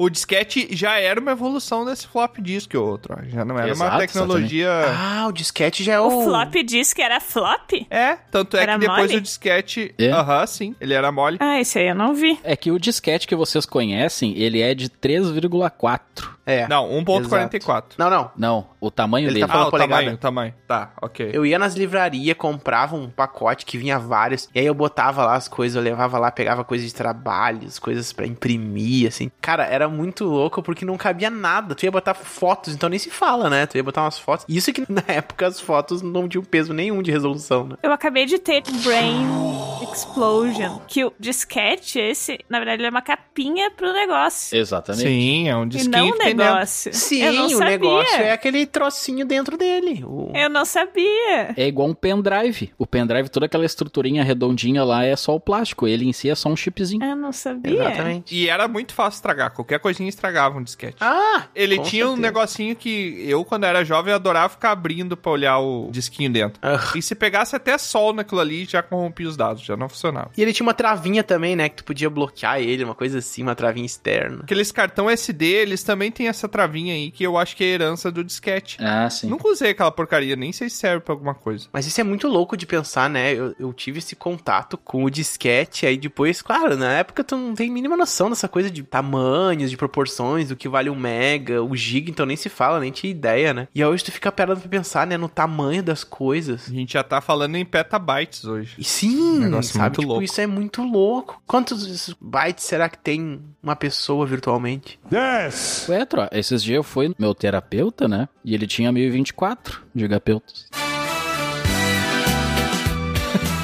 O disquete já era uma evolução desse flop disk ou outro. ó. Já não era uma Exato, tecnologia... Ah, o disquete já é o... O flop disse que era flop? É, tanto é Era que depois mole? o disquete... É? Aham, sim. Ele era mole. Ah, esse aí eu não vi. É que o disquete que vocês conhecem, ele é de 3,4. É. Não, 1.44. Não, não. Não, o tamanho Ele dele. tá Ah, o polegada. tamanho, o tamanho. Tá, ok. Eu ia nas livrarias, comprava um pacote que vinha vários, e aí eu botava lá as coisas, eu levava lá, pegava coisas de trabalho, as coisas pra imprimir, assim. Cara, era muito louco porque não cabia nada. Tu ia botar fotos, então nem se fala, né? Tu ia botar umas fotos. Isso que na época as fotos não tinham peso nenhum de resolução, né? Eu acabei de ter um Brain Explosion, que o disquete esse, na verdade, ele é uma capinha pro negócio. Exatamente. Sim, é um E disquinho não um que tem dentro. negócio. né? Sim, eu não o sabia. negócio é aquele trocinho dentro dele. O... Eu não sabia. É igual um pendrive. O pendrive, toda aquela estruturinha redondinha lá é só o plástico. Ele em si é só um chipzinho. Eu não sabia. Exatamente. E era muito fácil estragar, qualquer coisinha estragava um disquete. Ah! Ele com tinha um certeza. negocinho que eu, quando era jovem, adorava ficar abrindo pra olhar o disquinho dentro. Ah. E se pegasse até sol naquilo ali, já corrompia os dados, já não funcionava. E ele tinha uma travinha também, né? Que tu podia bloquear ele, uma coisa assim, uma travinha externa. Aqueles cartão SD, eles também têm essa travinha aí que eu acho que é herança do disquete. Ah, sim. Nunca usei aquela porcaria, nem sei se serve pra alguma coisa. Mas isso é muito louco de pensar, né? Eu, eu tive esse contato com o disquete, aí depois, claro, na época tu não tem mínima noção dessa coisa de tamanhos, de proporções, do que vale um mega, o giga, então nem se fala, nem tinha ideia, né? E aí hoje tu fica parado pra pensar, né, no tamanho das coisas. A gente já tá falando em petabytes hoje. E sim, Um Negócio sabe? muito tipo, louco. isso é muito louco. Quantos bytes será que tem uma pessoa virtualmente? Ué, Tro, esses dias eu fui no meu terapeuta, né? E ele tinha 1024 gigapeutas.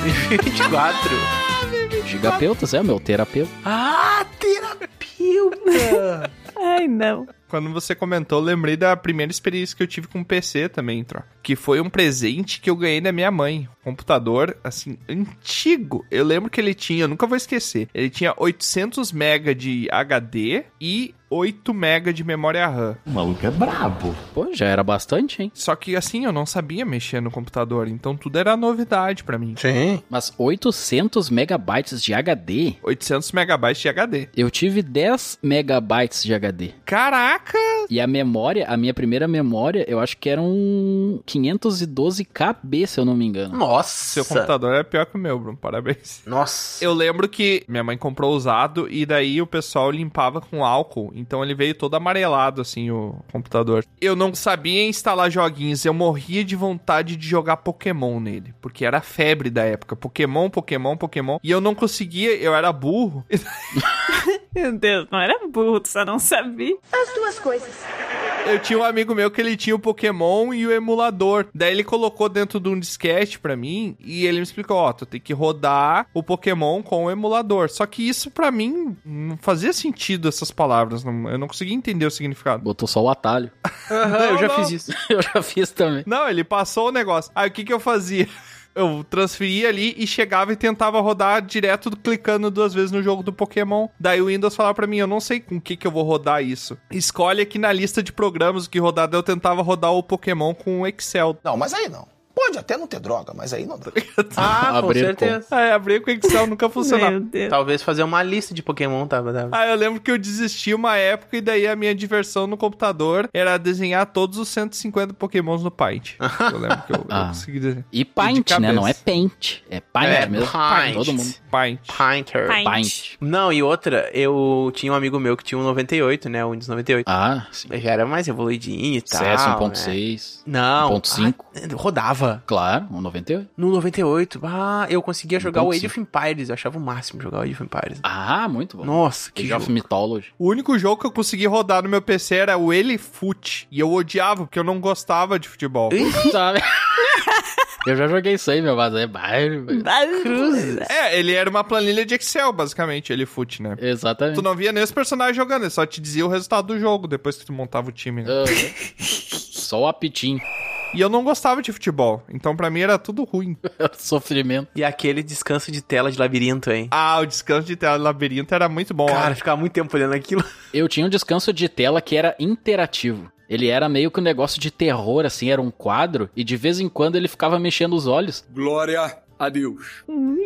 24. Gigapeutas, é o meu terapeuta. ah, terapeuta! Ai, não. Quando você comentou, eu lembrei da primeira experiência que eu tive com o PC também, Tro. Que foi um presente que eu ganhei da minha mãe. Um computador, assim, antigo. Eu lembro que ele tinha, eu nunca vou esquecer. Ele tinha 800 MB de HD e 8 MB de memória RAM. O maluco é brabo. Pô, já era bastante, hein? Só que, assim, eu não sabia mexer no computador. Então, tudo era novidade pra mim. Sim. Mas 800 megabytes de HD? 800 MB de HD. Eu tive 10 megabytes de HD. Caraca! Caraca! E a memória, a minha primeira memória, eu acho que era um 512KB, se eu não me engano. Nossa! Seu computador é pior que o meu, Bruno. Parabéns. Nossa! Eu lembro que minha mãe comprou usado e daí o pessoal limpava com álcool. Então ele veio todo amarelado, assim, o computador. Eu não sabia instalar joguinhos. Eu morria de vontade de jogar Pokémon nele. Porque era a febre da época. Pokémon, Pokémon, Pokémon. E eu não conseguia, eu era burro. Meu Deus, não era burro, tu só não sabia. As duas coisas. Eu tinha um amigo meu que ele tinha o Pokémon e o emulador. Daí ele colocou dentro de um disquete pra mim e ele me explicou: ó, tu tem que rodar o Pokémon com o emulador. Só que isso pra mim não fazia sentido essas palavras. não- eu não conseguia entender o significado. Botou só o atalho. eu já fiz isso. eu já fiz também. Não, ele passou o negócio. Aí o que que eu fazia? Eu transferia ali e chegava e tentava rodar direto clicando duas vezes no jogo do Pokémon. Daí o Windows falava pra mim, eu não sei com que que eu vou rodar isso. Escolhe aqui na lista de programas o que rodar. Daí eu tentava rodar o Pokémon com o Excel. Não, mas aí não. Pode até não ter droga, mas aí não dá. Ah, com Abrir com- certeza. É, abrir com o Excel nunca funcionava. Talvez fazer uma lista de Pokémon tá? tava. tava. Ah, eu lembro que eu desisti uma época e daí a minha diversão no computador era desenhar todos os 150 pokémons no Paint. Eu lembro que eu, eu Ah. consegui desenhar. E De Paint, né? cabeça. Não é Paint. É Paint mesmo. Pint. Todo mundo. Paint. Pinter. Pint. Pint. Não, e outra, eu tinha um amigo meu que tinha um 98, né? O Windows 98. Ah, sim. um Já era mais evoluidinho e tal. CS né? 1.6. Não. 1.5. Ah, rodava. Claro, um 98. No 98, ah, eu conseguia jogar o 1.5. Age of Empires. Eu achava o máximo jogar o Age of Empires. Ah, muito bom. Nossa, que Age of jogo. Mythology. O único jogo que eu consegui rodar no meu PC era o Elifoot. E eu odiava, porque eu não gostava de futebol. Sabe? Eu já joguei isso aí, meu mas é bairro. velho. Tá Cruzes. É, ele era uma planilha de Excel, basicamente, Elifoot, né? Exatamente. Tu não via nem os personagens jogando, ele só te dizia o resultado do jogo depois que tu montava o time, né? Ah, Só o apitinho. E eu não gostava de futebol, então pra mim era tudo ruim. Sofrimento. E aquele descanso de tela de labirinto, hein? Ah, o descanso de tela do labirinto era muito bom. Cara, né? ficava muito tempo olhando aquilo. Eu tinha um descanso de tela que era interativo. Ele era meio que um negócio de terror, assim, era um quadro, e de vez em quando ele ficava mexendo os olhos. Glória a Deus.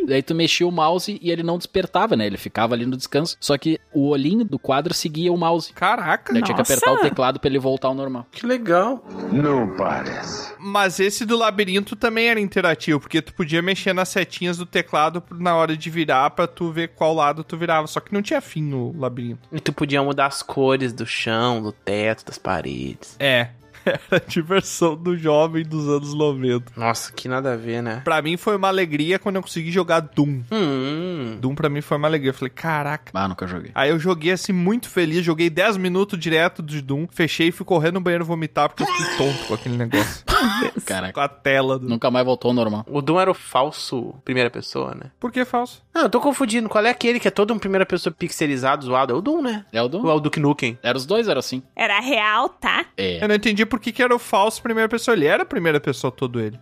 Daí tu mexia o mouse e ele não despertava, né? Ele ficava ali no descanso. Só que o olhinho do quadro seguia o mouse. Caraca, Daí tinha que nossa. apertar o teclado pra ele voltar ao normal. Que legal. Não parece. Mas esse do labirinto também era interativo, porque tu podia mexer nas setinhas do teclado na hora de virar pra tu ver qual lado tu virava. Só que não tinha fim no labirinto. E tu podia mudar as cores do chão, do teto, das paredes. É. Era a diversão do jovem dos anos 90. Nossa, que nada a ver, né? Pra mim foi uma alegria quando eu consegui jogar Doom. Hum. Doom pra mim foi uma alegria. Eu falei, caraca. Ah, nunca joguei. Aí eu joguei assim muito feliz, joguei 10 minutos direto de Doom, fechei e fui correndo no banheiro vomitar porque eu fiquei tonto com aquele negócio. Caraca. com a tela do. Nunca mais voltou ao normal. O Doom era o falso primeira pessoa, né? Por que falso? Não, eu tô confundindo. Qual é aquele que é todo um primeira pessoa pixelizado, zoado? É o Doom, né? É o Ou do? é o Duke Nukem? Era os dois, era assim. Era real, tá? É. Eu não entendi por que, que era o falso primeira pessoa. Ele era a primeira pessoa todo ele.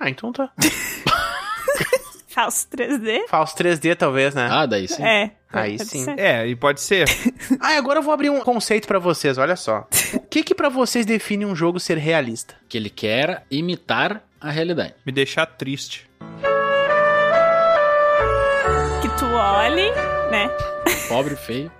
Ah, então tá. Falso 3D? Falso 3D, talvez, né? Ah, daí sim. É. Aí Pode sim. ser. É, e pode ser. Ah, e agora eu vou abrir um conceito pra vocês, olha só. O que que pra vocês define um jogo ser realista? Que ele quer imitar a realidade. Me deixar triste. Que tu olhe, né? Pobre, feio.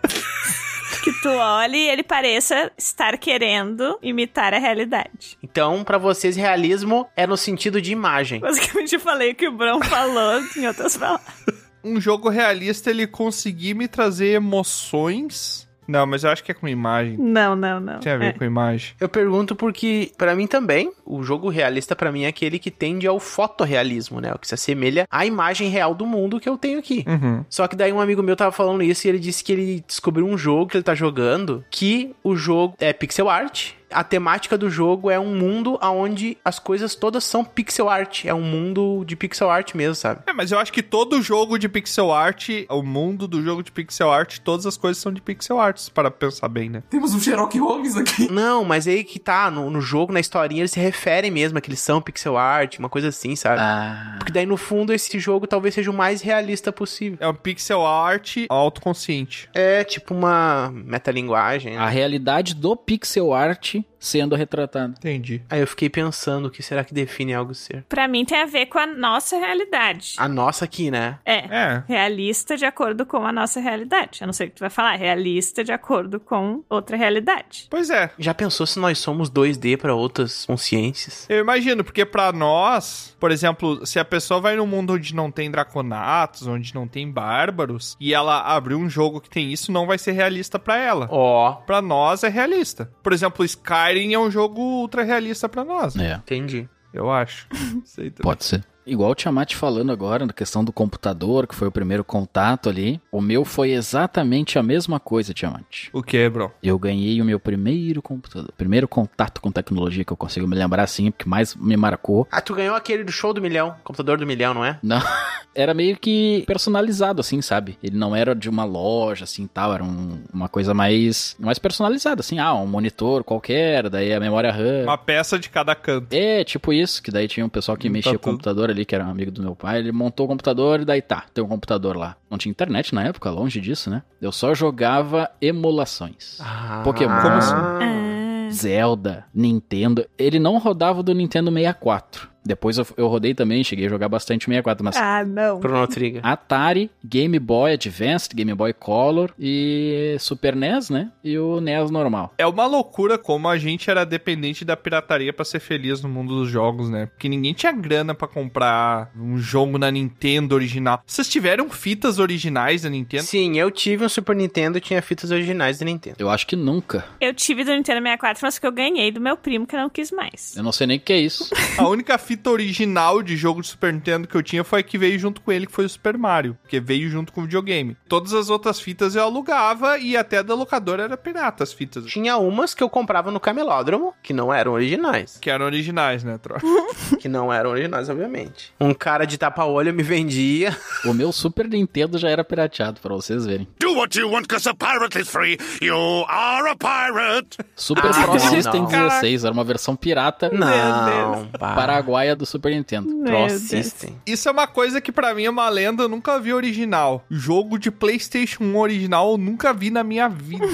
Que tu olhe e ele pareça estar querendo imitar a realidade. Então, pra vocês, realismo é no sentido de imagem. Basicamente, eu falei o que o Brão falou em outras palavras. Um jogo realista, ele conseguir me trazer emoções. Não, mas eu acho que é com imagem. Não, não, não. Tem a ver É. com imagem. Eu pergunto porque, pra mim também, o jogo realista pra mim é aquele que tende ao fotorrealismo, né? O que se assemelha à imagem real do mundo que eu tenho aqui. Uhum. Só que daí um amigo meu tava falando isso e ele disse que ele descobriu um jogo que ele tá jogando que o jogo é pixel art. A temática do jogo é um mundo onde as coisas todas são pixel art. É um mundo de pixel art mesmo, sabe? É, mas eu acho que todo jogo de pixel art, o mundo do jogo de pixel art, todas as coisas são de pixel art, se para pensar bem, né? Temos um Sherlock Holmes aqui. Não, mas aí que tá, no, no jogo, na historinha, eles se referem mesmo a que eles são pixel art, uma coisa assim, sabe? Ah. Porque daí no fundo esse jogo talvez seja o mais realista possível. É um pixel art autoconsciente. É tipo uma metalinguagem. A Né? realidade do pixel art sendo retratado. Entendi. Aí eu fiquei pensando, o que será que define algo ser? É, Pra mim tem a ver com a nossa realidade. A nossa aqui, né? É. É. Realista de acordo com a nossa realidade. Eu não sei o que tu vai falar. Realista de acordo com outra realidade. Pois é. Já pensou se nós somos 2D pra outras consciências? Eu imagino, porque pra nós, por exemplo, se a pessoa vai num mundo onde não tem draconatos, onde não tem bárbaros, e ela abrir um jogo que tem isso, não vai ser realista pra ela. Ó, Pra nós é realista. Por exemplo, Skyrim é um jogo ultra realista pra nós. É, entendi. Eu acho. Sei também. pode ser. Igual o Tiamat falando agora na questão do computador, que foi o primeiro contato ali, o meu foi exatamente a mesma coisa, Tiamat. O que, bro? Eu ganhei o meu primeiro computador, primeiro contato com tecnologia que eu consigo me lembrar assim, porque mais me marcou. Ah, tu ganhou aquele do show do milhão, computador do milhão, não é? Não. Era meio que personalizado, assim, sabe? Ele não era de uma loja, assim, tal. Era um- uma coisa mais, mais personalizada, assim. Ah, um monitor qualquer, daí a memória RAM. Uma peça de cada canto. É, tipo isso, que daí tinha um pessoal que Tá mexia o tudo. computador ali, que era um amigo do meu pai, ele montou o computador e daí tá, tem um computador lá. Não tinha internet na época, longe disso, né? Eu só jogava emulações. Ah, Pokémon. Como assim? Ah, Zelda, Nintendo. Ele não rodava o do Nintendo 64. Depois eu, eu rodei também, cheguei a jogar bastante 64, mas ah não. Chrono Trigger. Atari, Game Boy Advanced, Game Boy Color e Super NES, né? E o NES normal. É uma loucura como a gente era dependente da pirataria pra ser feliz no mundo dos jogos, né? Porque ninguém tinha grana pra comprar um jogo na Nintendo original. Vocês tiveram fitas originais da Nintendo? Sim, eu tive um Super Nintendo e tinha fitas originais do Nintendo. Eu acho que nunca. Eu tive do Nintendo 64, mas que eu ganhei do meu primo, que eu não quis mais. Eu não sei nem o que é isso. A única fita original de jogo de Super Nintendo que eu tinha foi a que veio junto com ele, que foi o Super Mario, porque veio junto com o videogame. Todas as outras fitas eu alugava e até da locadora era pirata as fitas. Tinha umas que eu comprava no camelódromo, que não eram originais. Que eram originais, né, troca? que não eram originais, obviamente. Um cara de tapa-olho me vendia. o meu Super Nintendo já era pirateado, pra vocês verem. Do what you want, because a pirate is free. You are a pirate. Super Ah, Pro não, System não. 16, era uma versão pirata Não, Ah. para. paraguaia do Super Nintendo. Meu Pro Deus. System. Isso é uma coisa que pra mim é uma lenda, eu nunca vi original. Jogo de PlayStation 1 original eu nunca vi na minha vida.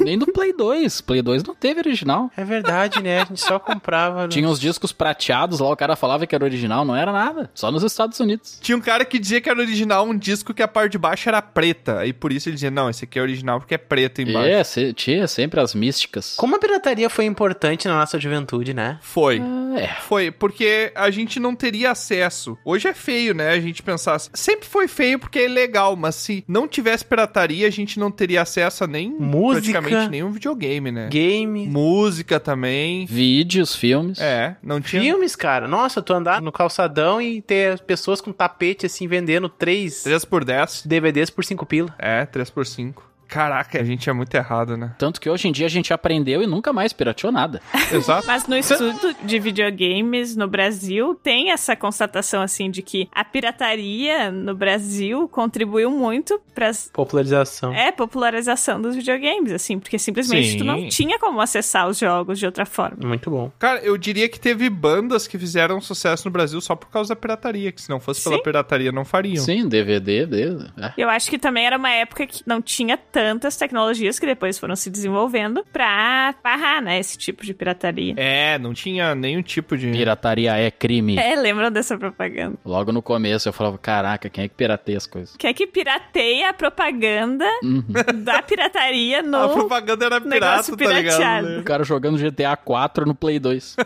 Nem do Play 2. Play 2 não teve original. É verdade, né? A gente só comprava. né? no- Tinha uns discos prateados lá, o cara falava que era original, não era nada. Só nos Estados Unidos. Tinha um cara que dizia que era original um disco que a parte de baixo era preta. Aí por isso ele dizia, não, esse aqui é original porque é preto embaixo. É, se- tinha sempre as místicas. Como a pirataria foi importante na nossa juventude, né? Foi. Ah, é. Foi, porque a gente não teria acesso. Hoje é feio, né? A gente pensar. assim. Sempre foi feio porque é ilegal, mas se não tivesse pirataria, a gente não teria acesso a nem Música. praticamente nenhum videogame, né? Game. Música também. é. Vídeos, filmes. É, não tinha. Filmes, cara. Nossa, tu andar no calçadão e ter pessoas com tapete assim vendendo três 3 por 10. DVDs por cinco pila. É, 3 por 5. Caraca, a gente é muito errado, né? Tanto que hoje em dia a gente aprendeu e nunca mais pirateou nada. Exato. Mas no estudo de videogames no Brasil, tem essa constatação, assim, de que a pirataria no Brasil contribuiu muito para Popularização. é, popularização dos videogames, assim, porque simplesmente Sim. tu não tinha como acessar os jogos de outra forma. Muito bom. Cara, eu diria que teve bandas que fizeram sucesso no Brasil só por causa da pirataria, que se não fosse pela Sim. pirataria não fariam. Sim, DVD, DVD. É. Eu acho que também era uma época que não tinha tantas tecnologias que depois foram se desenvolvendo pra barrar, né, esse tipo de pirataria. É, não tinha nenhum tipo de. Pirataria é crime. É, lembram dessa propaganda? Logo no começo eu falava, caraca, quem é que pirateia as coisas? Quer que pirateia a propaganda Uhum. da pirataria no... A propaganda era pirata, negócio tá ligado? pirateado. né? O cara jogando GTA 4 no Play 2.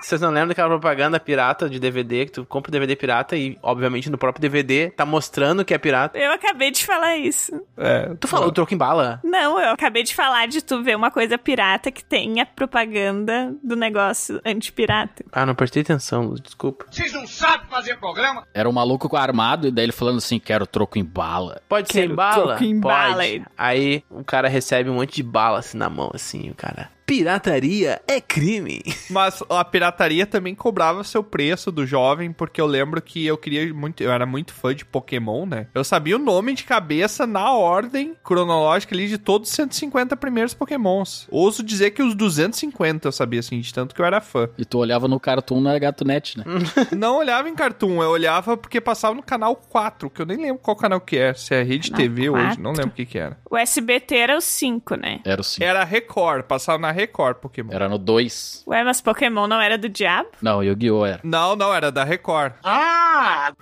Vocês não lembram daquela propaganda pirata de DVD que tu compra o DVD pirata e, obviamente, no próprio DVD tá mostrando que é pirata? Eu acabei de falar isso. É. Tu falou troco em bala? Não, eu acabei de falar de tu ver uma coisa pirata que tem a propaganda do negócio antipirata. Ah, não prestei atenção, Lu, desculpa. Vocês não sabem fazer programa? Era um maluco com armado e daí ele falando assim, quero troco em bala. Pode ser Quero em bala? troco em Pode. bala. Aí o cara recebe um monte de bala assim na mão, assim, o cara. Pirataria é crime. Mas a pirataria também cobrava seu preço do jovem, porque eu lembro que eu queria muito. Eu era muito fã de Pokémon, né? Eu sabia o nome de cabeça na ordem cronológica ali de todos os 150 primeiros Pokémons. Ouso dizer que os 250 eu sabia, assim, de tanto que eu era fã. E tu olhava no Cartoon na Gatunete, né? Não olhava em Cartoon, eu olhava porque passava no canal 4, que eu nem lembro qual canal que é. Se é Rede Canal TV hoje, 4? não lembro o que que era. O SBT era o 5, né? Era o 5. Era Record, passava na Record Pokémon. Era no 2. Ué, mas Pokémon não era do diabo? Não, Yu-Gi-Oh! era. Não, não, era da Record. Ah!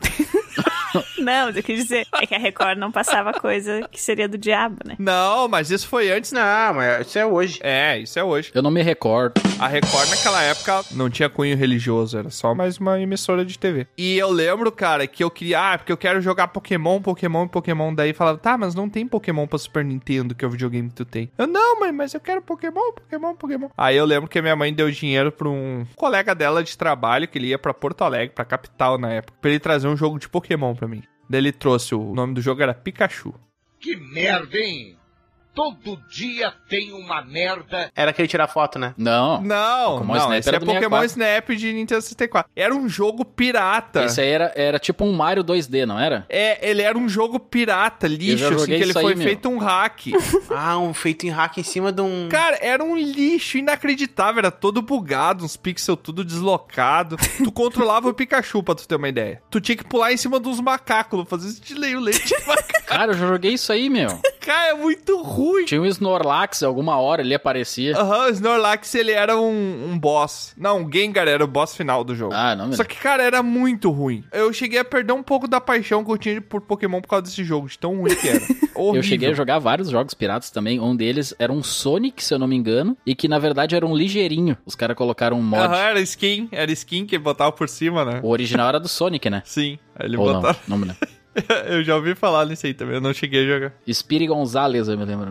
não, eu quis dizer. É que a Record não passava coisa que seria do diabo, né? Não, mas isso foi antes. Não, mas isso é hoje. É, isso é hoje. Eu não me recordo. A Record naquela época não tinha cunho religioso, era só mais uma emissora de TV. E eu lembro, cara, que eu queria, ah, porque eu quero jogar Pokémon, Pokémon, Pokémon. Daí falava, tá, mas não tem Pokémon pra Super Nintendo, que é o videogame que tu tem. Eu, não, mãe, mas eu quero Pokémon, Pokémon, Pokémon. Aí eu lembro que a minha mãe deu dinheiro pra um colega dela de trabalho, que ele ia pra Porto Alegre, pra capital na época, pra ele trazer um jogo de Pokémon pra mim. Daí ele trouxe, o nome do jogo era Pikachu. Que merda, hein? Todo dia tem uma merda. Era aquele tirar foto, né? Não. Não, Pokémon não, Snap esse era é do Pokémon 64. Snap de Nintendo 64. Era um jogo pirata. Esse aí era, era tipo um Mario 2D, não era? É, ele era um jogo pirata, lixo, assim, que joguei ele isso aí, foi meu. feito um hack. Ah, um feito em hack em cima de um. Cara, era um lixo inacreditável, era todo bugado, uns pixels tudo deslocado. Tu controlava o Pikachu, pra tu ter uma ideia. Tu tinha que pular em cima dos macacos, fazer esse de leio leite de macaco. Cara, eu já joguei isso aí, meu. Cara, é muito ruim. Tinha um Snorlax, alguma hora ele aparecia. Aham, o Snorlax, ele era um, um boss. Não, o Gengar era o boss final do jogo. Ah, não me Só que, cara, era muito ruim. Eu cheguei a perder um pouco da paixão que eu tinha por Pokémon por causa desse jogo, de tão ruim que era. é Horrível. Eu cheguei a jogar vários jogos piratas também. Um deles era um Sonic, se eu não me engano, e que na verdade era um ligeirinho. Os caras colocaram um mod. Aham, era skin, era skin que botava por cima, né? O original era do Sonic, né? Sim, aí ele Ou não, botava. não me lembro. eu já ouvi falar nisso aí também, eu não cheguei a jogar. Spiri Gonzalez, eu me lembro.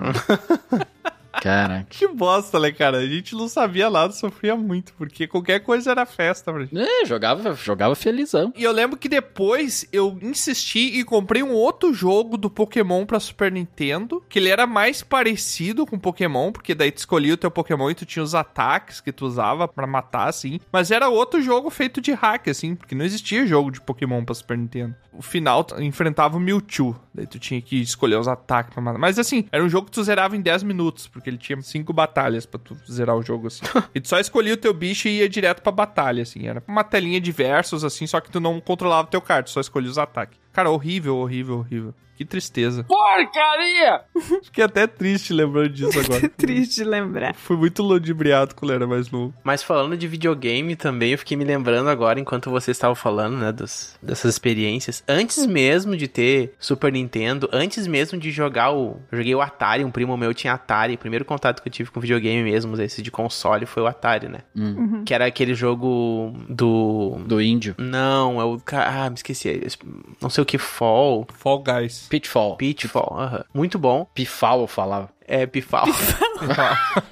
Caraca. Que bosta, né, cara? A gente não sabia nada, sofria muito, porque qualquer coisa era festa pra gente. É, jogava, jogava felizão. E eu lembro que depois eu insisti e comprei um outro jogo do Pokémon pra Super Nintendo, que ele era mais parecido com Pokémon, porque daí tu escolhia o teu Pokémon e tu tinha os ataques que tu usava pra matar, assim. Mas era outro jogo feito de hack, assim, porque não existia jogo de Pokémon pra Super Nintendo. O final tu enfrentava o Mewtwo, daí tu tinha que escolher os ataques pra matar. Mas assim, era um jogo que tu zerava em 10 minutos, porque ele tinha cinco batalhas pra tu zerar o jogo, assim. e tu só escolhia o teu bicho e ia direto pra batalha, assim. Era uma telinha de versos, assim, só que tu não controlava o teu card, só escolhia os ataques. Cara, horrível, horrível, horrível. Que tristeza. Porcaria! Fiquei até triste lembrando disso agora. Triste de lembrar. Fui muito ludibriado quando era mais novo. Mas falando de videogame também, eu fiquei me lembrando agora, enquanto você estava falando, né, dos, dessas experiências. Antes mesmo de ter Super Nintendo, antes mesmo de jogar o. Eu joguei o Atari, um primo meu tinha Atari. O primeiro contato que eu tive com videogame mesmo, esse de console, foi o Atari, né? Que era aquele jogo do. Do índio. Não, é o. ca- Ah, me esqueci. Não sei o que, Fall. Fall Guys. Pitfall. Pitfall, aham. Muito bom. Pifal, eu falava. É, Pifal.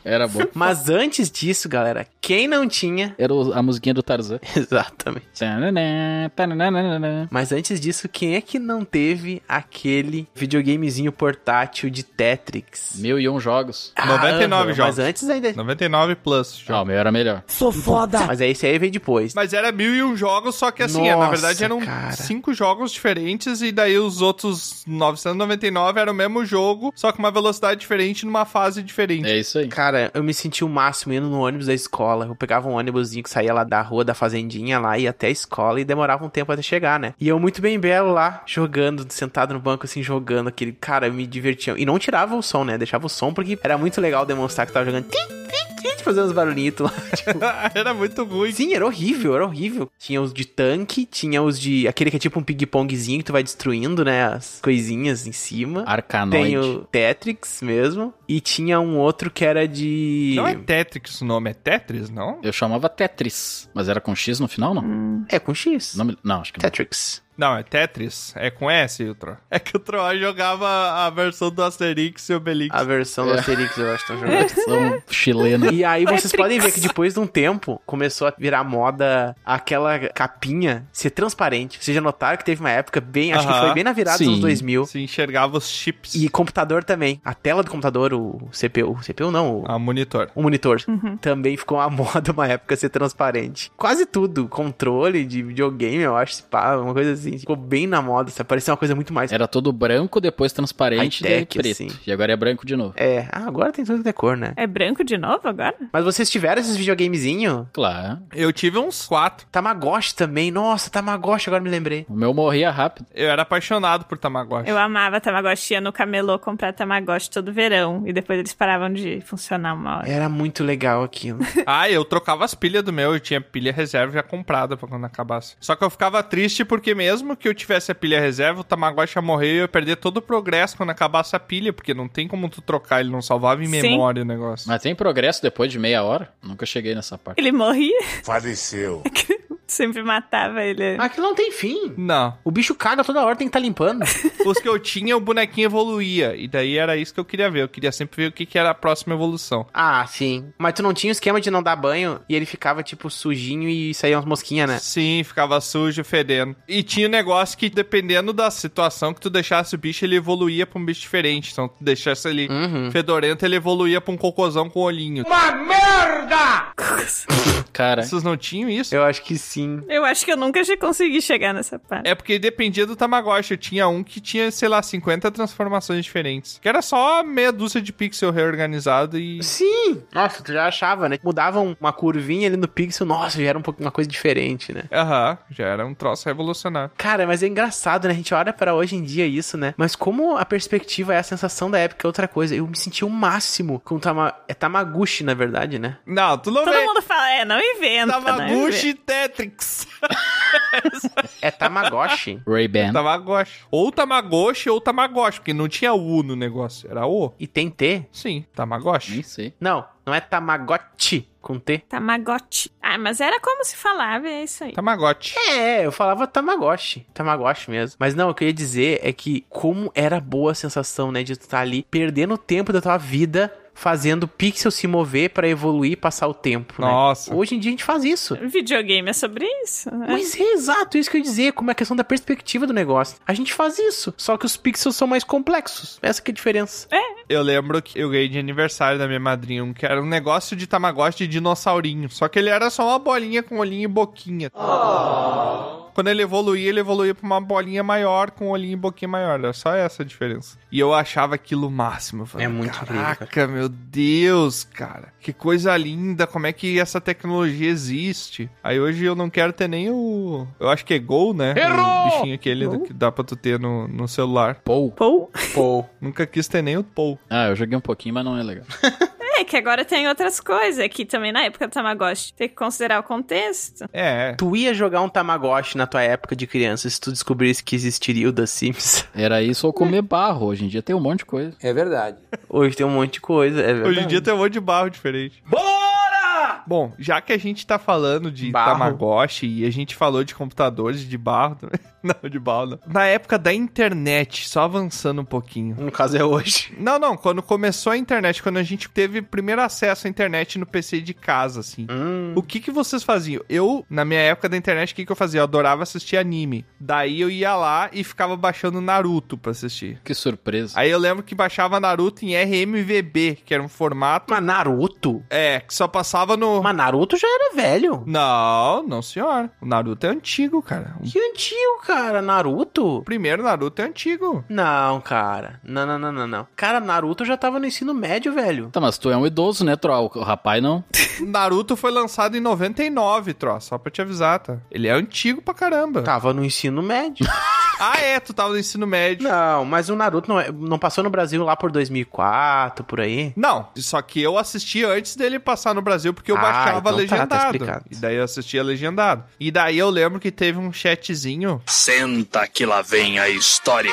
Era bom. Mas antes disso, galera, quem não tinha. Era o- a musiquinha do Tarzan. Exatamente. Tananã, tananana. Mas antes disso, quem é que não teve aquele videogamezinho portátil de Tetris? Mil e um jogos. Ah, 99 aham, jogos. Mas antes ainda. 99 plus. Ah, o meu era melhor. Sou foda. Mas aí esse aí veio depois. Mas era mil e um jogos, só que assim, é, na Nossa, verdade eram cara. cinco jogos diferentes e daí os outros 999 era o mesmo jogo, só com uma velocidade diferente numa fase diferente. É isso aí. Cara, eu me senti o máximo indo no ônibus da escola. Eu pegava um ônibusinho que saía lá da rua, da fazendinha lá, ia até a escola e demorava um tempo até chegar, né? E eu muito bem belo lá, jogando, sentado no banco assim, jogando aquele. Cara, eu me divertia. E não tirava o som, né? Deixava o som porque era muito legal demonstrar que tava jogando. Tim, tim, tim, Fazendo uns barulhitos lá. É. era muito ruim. Sim, era horrível, era horrível. Tinha os de tanque, tinha os de. aquele que é tipo um ping-pongzinho que tu vai destruindo, né? As coisinhas em cima. Arcanoid. Tem o Tetrix mesmo. E tinha um outro que era de. Não é Tetris o nome, é Tetris, não? Eu chamava Tetris, mas era com X no final, não? É com X. é? Não, me- não, acho que não. Tetrix. Não, é Tetris. É com S, Ultra. É que o Troá jogava a versão do Asterix e Obelix. A versão do É. Asterix, eu acho que A estão jogando. um versão chilena. E aí vocês Matrix. podem ver que depois de um tempo começou a virar moda aquela capinha ser transparente. Vocês já notaram que teve uma época bem, acho que Aham. foi bem na virada Sim. dos 2000. Se enxergava os chips. E computador também. A tela do computador, o CPU, CPU não, o a monitor. O um monitor também ficou a moda uma época ser transparente. Quase tudo, controle de videogame, eu acho, se pá, uma coisa assim, ficou bem na moda, sabe? parecia uma coisa muito mais Era todo branco, depois transparente, daí High-tech, preto. assim. E agora é branco de novo. É, ah, agora tem tudo que é cor, né? É branco de novo agora? Mas vocês tiveram esses videogamezinho? Claro. Eu tive uns quatro. Tamagotchi também. Nossa, Tamagotchi, agora me lembrei. O meu morria rápido. Eu era apaixonado por Tamagotchi. Eu amava Tamagotchi, ia no camelô comprar Tamagotchi todo verão. E depois eles paravam de funcionar uma hora. Era muito legal aquilo. Ah, eu trocava as pilhas do meu, eu tinha pilha reserva já comprada pra quando acabasse. Só que eu ficava triste porque mesmo que eu tivesse a pilha reserva, o Tamagotchi ia morrer e eu ia perder todo o progresso quando acabasse a pilha, porque não tem como tu trocar, ele não salvava em Sim. memória o negócio. Mas tem progresso depois de meia hora? Nunca cheguei nessa parte. Ele morria, Faleceu. sempre matava ele. Ah, Aquilo não tem fim. Não. O bicho caga toda hora, tem que estar limpando. Os que eu tinha, o bonequinho evoluía. E daí era isso que eu queria ver. Eu queria sempre ver o que, que era a próxima evolução. Ah, sim. Mas tu não tinha o esquema de não dar banho e ele ficava, tipo, sujinho e saía umas mosquinhas, né? Sim, ficava sujo, fedendo. E tinha um negócio que, dependendo da situação que tu deixasse o bicho, ele evoluía pra um bicho diferente. Então, tu deixasse ele Uhum. fedorento, ele evoluía pra um cocôzão com olhinho. merda! Cara. Vocês não tinham isso? Eu acho que sim. Eu acho que eu nunca já consegui chegar nessa parte. É porque dependia do Tamagotchi. Eu tinha um que tinha, sei lá, 50 transformações diferentes. Que era só meia dúzia de pixel reorganizado e. Sim! Nossa, tu já achava, né? Mudavam uma curvinha ali no pixel, nossa, já era um pouco uma coisa diferente, né? Aham, já era um troço revolucionário. Cara, mas é engraçado, né? A gente olha pra hoje em dia isso, né? Mas como a perspectiva é a sensação da época é outra coisa. Eu me senti o máximo com Tama... É Tamaguchi, na verdade, né? Não, tu não Todo vê. mundo fala, é, não inventa. não Tamaguchi e inventa. Tetrix. É Tamagotchi. Tá Ray-Ban. Tamagotchi. Ou Tamagotchi ou Tamagotchi, porque não tinha U no negócio, era O. E tem T? Sim, Tamagotchi. Nem sei. Não, não é Tamagotchi com T. Tamagotchi. Ah, mas era como se falava, é isso aí. Tamagotchi. É, eu falava Tamagotchi. Tamagotchi mesmo. Mas não, o que eu ia dizer é que como era boa a sensação, né? De tu estar ali perdendo o tempo da tua vida fazendo pixel se mover pra evoluir e passar o tempo, né? Nossa. Hoje em dia a gente faz isso. Videogame é sobre isso. né? Mas é exato isso que eu ia dizer, como é a questão da perspectiva do negócio. A gente faz isso, só que os pixels são mais complexos. Essa que é a diferença. Eu lembro que eu ganhei de aniversário da minha madrinha um que era um negócio de Tamagotchi de dinossaurinho. Só que ele era só uma bolinha com olhinho e boquinha. Ah. Quando ele evoluía, ele evoluía pra uma bolinha maior com olhinho e boquinha maior. Era só essa a diferença. E eu achava aquilo o máximo. Eu Falei, É muito incrível, cara." Caraca, meu Deus, cara. Que coisa linda. Como é que essa tecnologia existe? Aí hoje eu não quero ter nem o. Eu acho que é Gol, né? Errou! O bichinho aquele Gol? que dá pra tu ter no, no celular. Pou. Pou. Pou. Nunca quis ter nem o Pou. Ah, eu joguei um pouquinho, mas não é legal. É que agora tem outras coisas aqui também na época do Tamagotchi. Tem que considerar o contexto. É. Tu ia jogar um Tamagotchi na tua época de criança se tu descobrisse que existiria o da Sims. Era isso ou comer barro. Hoje em dia tem um monte de coisa. É verdade. Hoje tem um monte de coisa, é verdade. Hoje em dia tem um monte de barro diferente. Bora! Bom, já que a gente tá falando de Barro. Tamagotchi e a gente falou de computadores de barro também. Não, de barro não. Na época da internet, só avançando um pouquinho. No caso é hoje. Não, não, quando começou a internet, quando a gente teve primeiro acesso à internet no PC de casa, assim. Hum. O que que vocês faziam? Eu, na minha época da internet, o que que eu fazia? Eu adorava assistir anime. Daí eu ia lá e ficava baixando Naruto pra assistir. Que surpresa. Aí eu lembro que baixava Naruto em RMVB, que era um formato Mas Naruto? é, que só passava no. Mas Naruto já era velho. Não, não, senhora. O Naruto é antigo, cara. O Que antigo, cara. Naruto? primeiro Naruto é antigo. Não, cara. Não, não, não, não, não. Cara, Naruto já tava no ensino médio, velho. Tá, mas tu é um idoso, né, Troll? O rapaz não. Naruto foi lançado em 99, tro, só pra te avisar, tá? Ele é antigo pra caramba. Tava no ensino médio. Ah, é, tu tava no ensino médio. não, mas o Naruto não, é- não passou no Brasil lá por 2004, por aí? Não, só que eu assisti antes dele passar no Brasil, porque eu Ah, baixava então tá, tá legendado. explicado. e daí eu assistia legendado. E daí eu lembro que teve um chatzinho Senta que lá vem a história.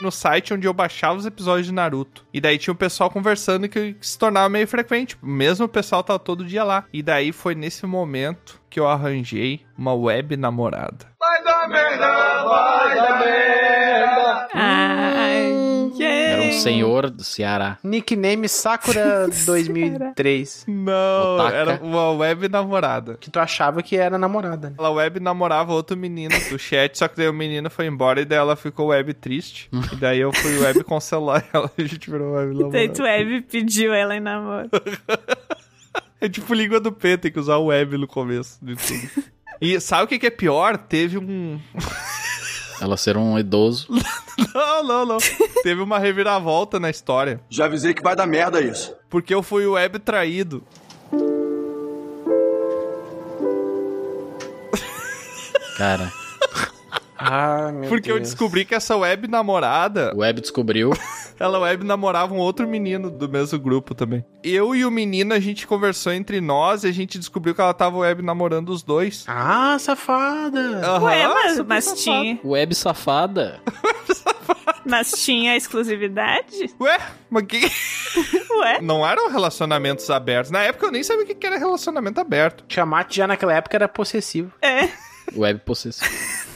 no site onde eu baixava os episódios de Naruto. E daí tinha o pessoal conversando que que se tornava meio frequente. Mesmo o pessoal tava todo dia lá. E daí foi nesse momento que eu arranjei uma web namorada. Vai dar dar merda, vai dar Ah, merda. Ah, Ai, hum, Era um senhor do Ceará. Nickname Sakura 2003. Não, Otaka. era uma web namorada. Que tu achava que era namorada. Né? Ela web namorava outro menino do chat, só que daí o menino foi embora e daí ela ficou web triste. e daí eu fui web cancelar ela e a gente virou web Então tu namorada. Web pediu ela em namoro. É tipo língua do P, tem que usar o web no começo de tudo. E sabe o que que é pior? Teve um. Ela ser um idoso. Não, não, não. Teve uma reviravolta na história. Já avisei que vai dar merda isso. Porque eu fui web traído. Cara, Ah, meu porque eu Deus. descobri que essa web namorada, o Web descobriu. ela web namorava um outro menino do mesmo grupo também. Eu e o menino, a gente conversou entre nós e a gente descobriu que ela tava web namorando os dois. Ah, safada. Aham, Ué, mas, super mas safado. tinha, Web safada. mas tinha exclusividade? Ué, mas que... Ué? não eram relacionamentos abertos. Na época eu nem sabia o que que era relacionamento aberto. Tiamat já naquela época era possessivo. É. Web possessivo.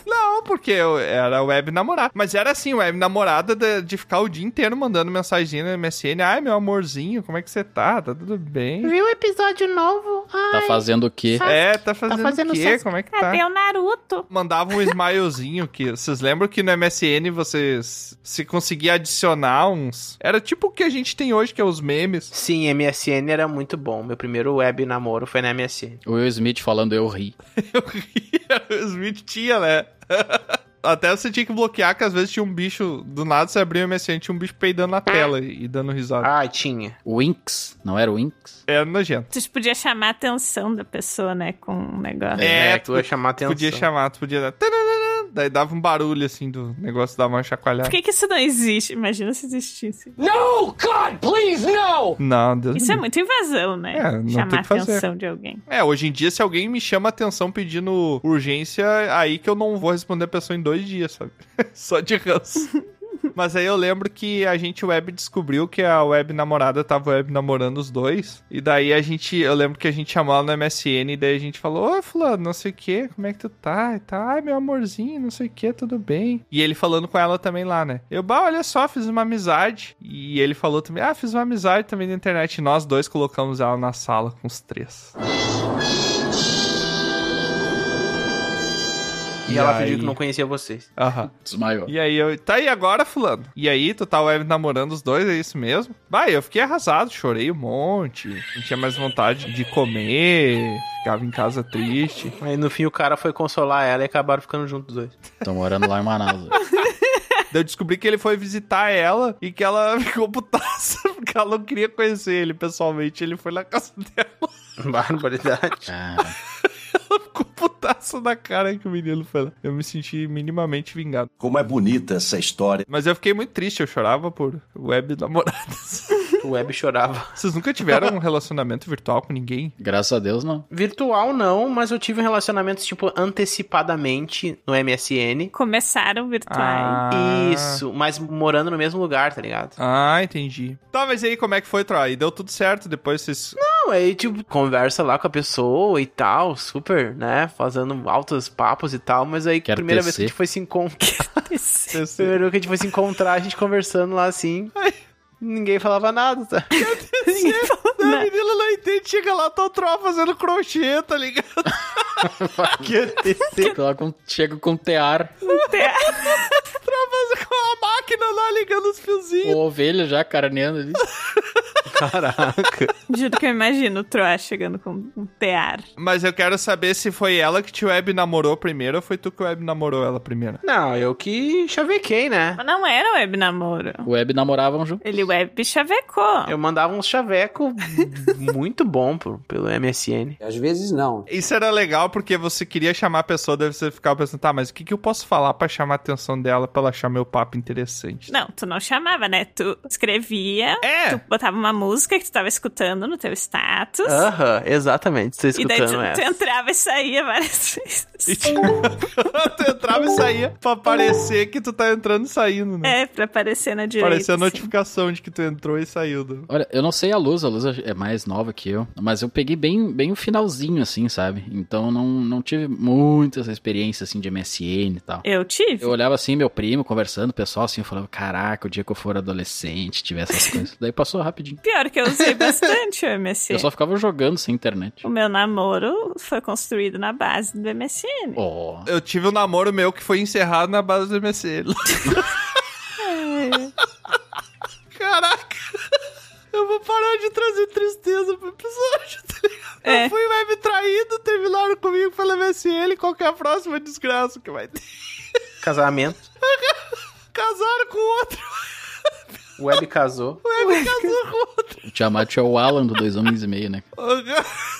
Não, porque eu era web namorada. Mas era assim, web namorada de, de ficar o dia inteiro mandando mensagem no MSN. Ai, meu amorzinho, como é que você tá? Tá tudo bem? Viu o episódio novo? Ah, Tá fazendo o quê? É, tá fazendo, fazendo o quê? suas- Como é que tá? Cadê o Naruto? Mandava um smilezinho que... Vocês lembram que no MSN vocês... Se conseguia adicionar uns... Era tipo o que a gente tem hoje, que é os memes. Sim, MSN era muito bom. Meu primeiro web namoro foi na MSN. O Will Smith falando eu ri. Eu ria, o Smith tinha, né? Até você tinha que bloquear, que às vezes tinha um bicho. Do nada você abria o MSN, tinha um bicho peidando na tela e e dando risada. Ah, tinha. Winx, não era o Winx? Era nojento. Tu podia chamar a atenção da pessoa, né, com um negócio. É, tu ia chamar atenção. Podia chamar, tu podia dar. tararara, Daí dava um barulho assim do negócio dava uma chacoalhada. Por que, que isso não existe? Imagina se existisse. No, God, please, no! Não, Deus Isso é me muito livre. invasão, né? É, não tem chamar a o que fazer. atenção de alguém. É, hoje em dia, se alguém me chama atenção pedindo urgência, aí que eu não vou responder a pessoa em dois dias, sabe? Só de ranço. Mas aí eu lembro que a gente web descobriu que a web namorada tava web namorando os dois. E daí a gente, eu lembro que a gente chamou ela no MSN e daí a gente falou: Ô, fulano, não sei o que, como é que tu tá? E tá, ai, meu amorzinho, não sei o que, tudo bem. E ele falando com ela também lá, né? Eu, bah, olha só, fiz uma amizade. E ele falou também: ah, fiz uma amizade também na internet. E nós dois colocamos ela na sala com os três. E, ela aí? pediu que não conhecia vocês. Aham. Desmaiou. E aí eu, tá aí agora, fulano? E aí, tu tá web namorando os dois, é isso mesmo? Vai, eu fiquei arrasado, chorei um monte, não tinha mais vontade de comer, ficava em casa triste. Aí no fim o cara foi consolar ela e acabaram ficando juntos os dois. Tô morando lá em Manaus. Daí eu descobri que ele foi visitar ela e que ela ficou putaça, porque ela não queria conhecer ele pessoalmente, ele foi na casa dela, Barbaridade. Cara, ela ficou putaça na cara que o menino foi lá. Eu me senti minimamente vingado. Como é bonita essa história. Mas eu fiquei muito triste, eu chorava por web namoradas. O web chorava. Vocês nunca tiveram um relacionamento virtual com ninguém? graças a Deus, não. Virtual não, mas eu tive relacionamentos, tipo, antecipadamente no MSN. Começaram virtuais. Isso, mas morando no mesmo lugar, tá ligado? Ah, entendi. Tá, mas e aí como é que foi, Troy? Deu tudo certo depois vocês. Não, aí, tipo, conversa lá com a pessoa e tal, super, né? Fazendo altos papos e tal, mas aí, Quero primeira tecer. vez que a gente foi se encontrar. Isso. primeira vez que a gente foi se encontrar, a gente conversando lá assim. Ninguém falava nada, tá? a menina Ah, não entende, chega lá, tá o Troy fazendo crochê, tá ligado? Tô lá com- Chego com um tear. É. Troy fazendo com a máquina lá ligando os fiozinhos. O ovelha já carneando ali. Caraca. Juro que eu imagino o Troá chegando com um tear. Mas eu quero saber se foi ela que te web namorou primeiro ou foi tu que web namorou ela primeiro. Não, eu que chavequei, né? Mas não era web namoro. O Web namoravam junto. Ele web Ah. chavecou. Eu mandava uns chaveco muito bom pro- pelo MSN. Às vezes não. Isso era legal porque você queria chamar a pessoa, deve você ficar pensando, tá, mas o que, que eu posso falar pra chamar a atenção dela pra ela achar meu papo interessante? Não, tu não chamava, né? Tu escrevia, É! tu botava uma música que tu tava escutando no teu status. Aham, exatamente, tô E daí Ah, escutando tu, tu essa. entrava e saía várias vezes. Unidos. E, tipo, tu entrava e saía pra parecer que tu tá entrando e saindo, né? É, pra aparecer na direita. assim. Parecer a notificação sim. de que tu entrou e saiu. Do... Olha, eu não sei a luz, a luz é mais nova que eu, mas eu peguei bem, bem o finalzinho, assim, sabe? Então não, não tive muito essa experiência, assim, de MSN e tal. Eu tive. Eu olhava, assim, meu primo conversando, o pessoal, assim, falando, caraca, o dia que eu for adolescente, tiver essas coisas. Daí passou rapidinho. Pior que eu usei bastante o MSN. Eu só ficava jogando sem internet. O meu namoro foi construído na base do MSN. Oh. Eu tive um namoro meu que foi encerrado na base do MSN. é. Caraca. Eu vou parar de trazer tristeza pro episódio, tá ligado? É. Eu fui web traído, terminaram comigo pela MSN, qual que é a próxima desgraça que vai ter? Casamento. Casaram com outro. O Web casou. O Web, Web casou com outro. O Tiamat é o Alan do Dois Homens e Meio, né?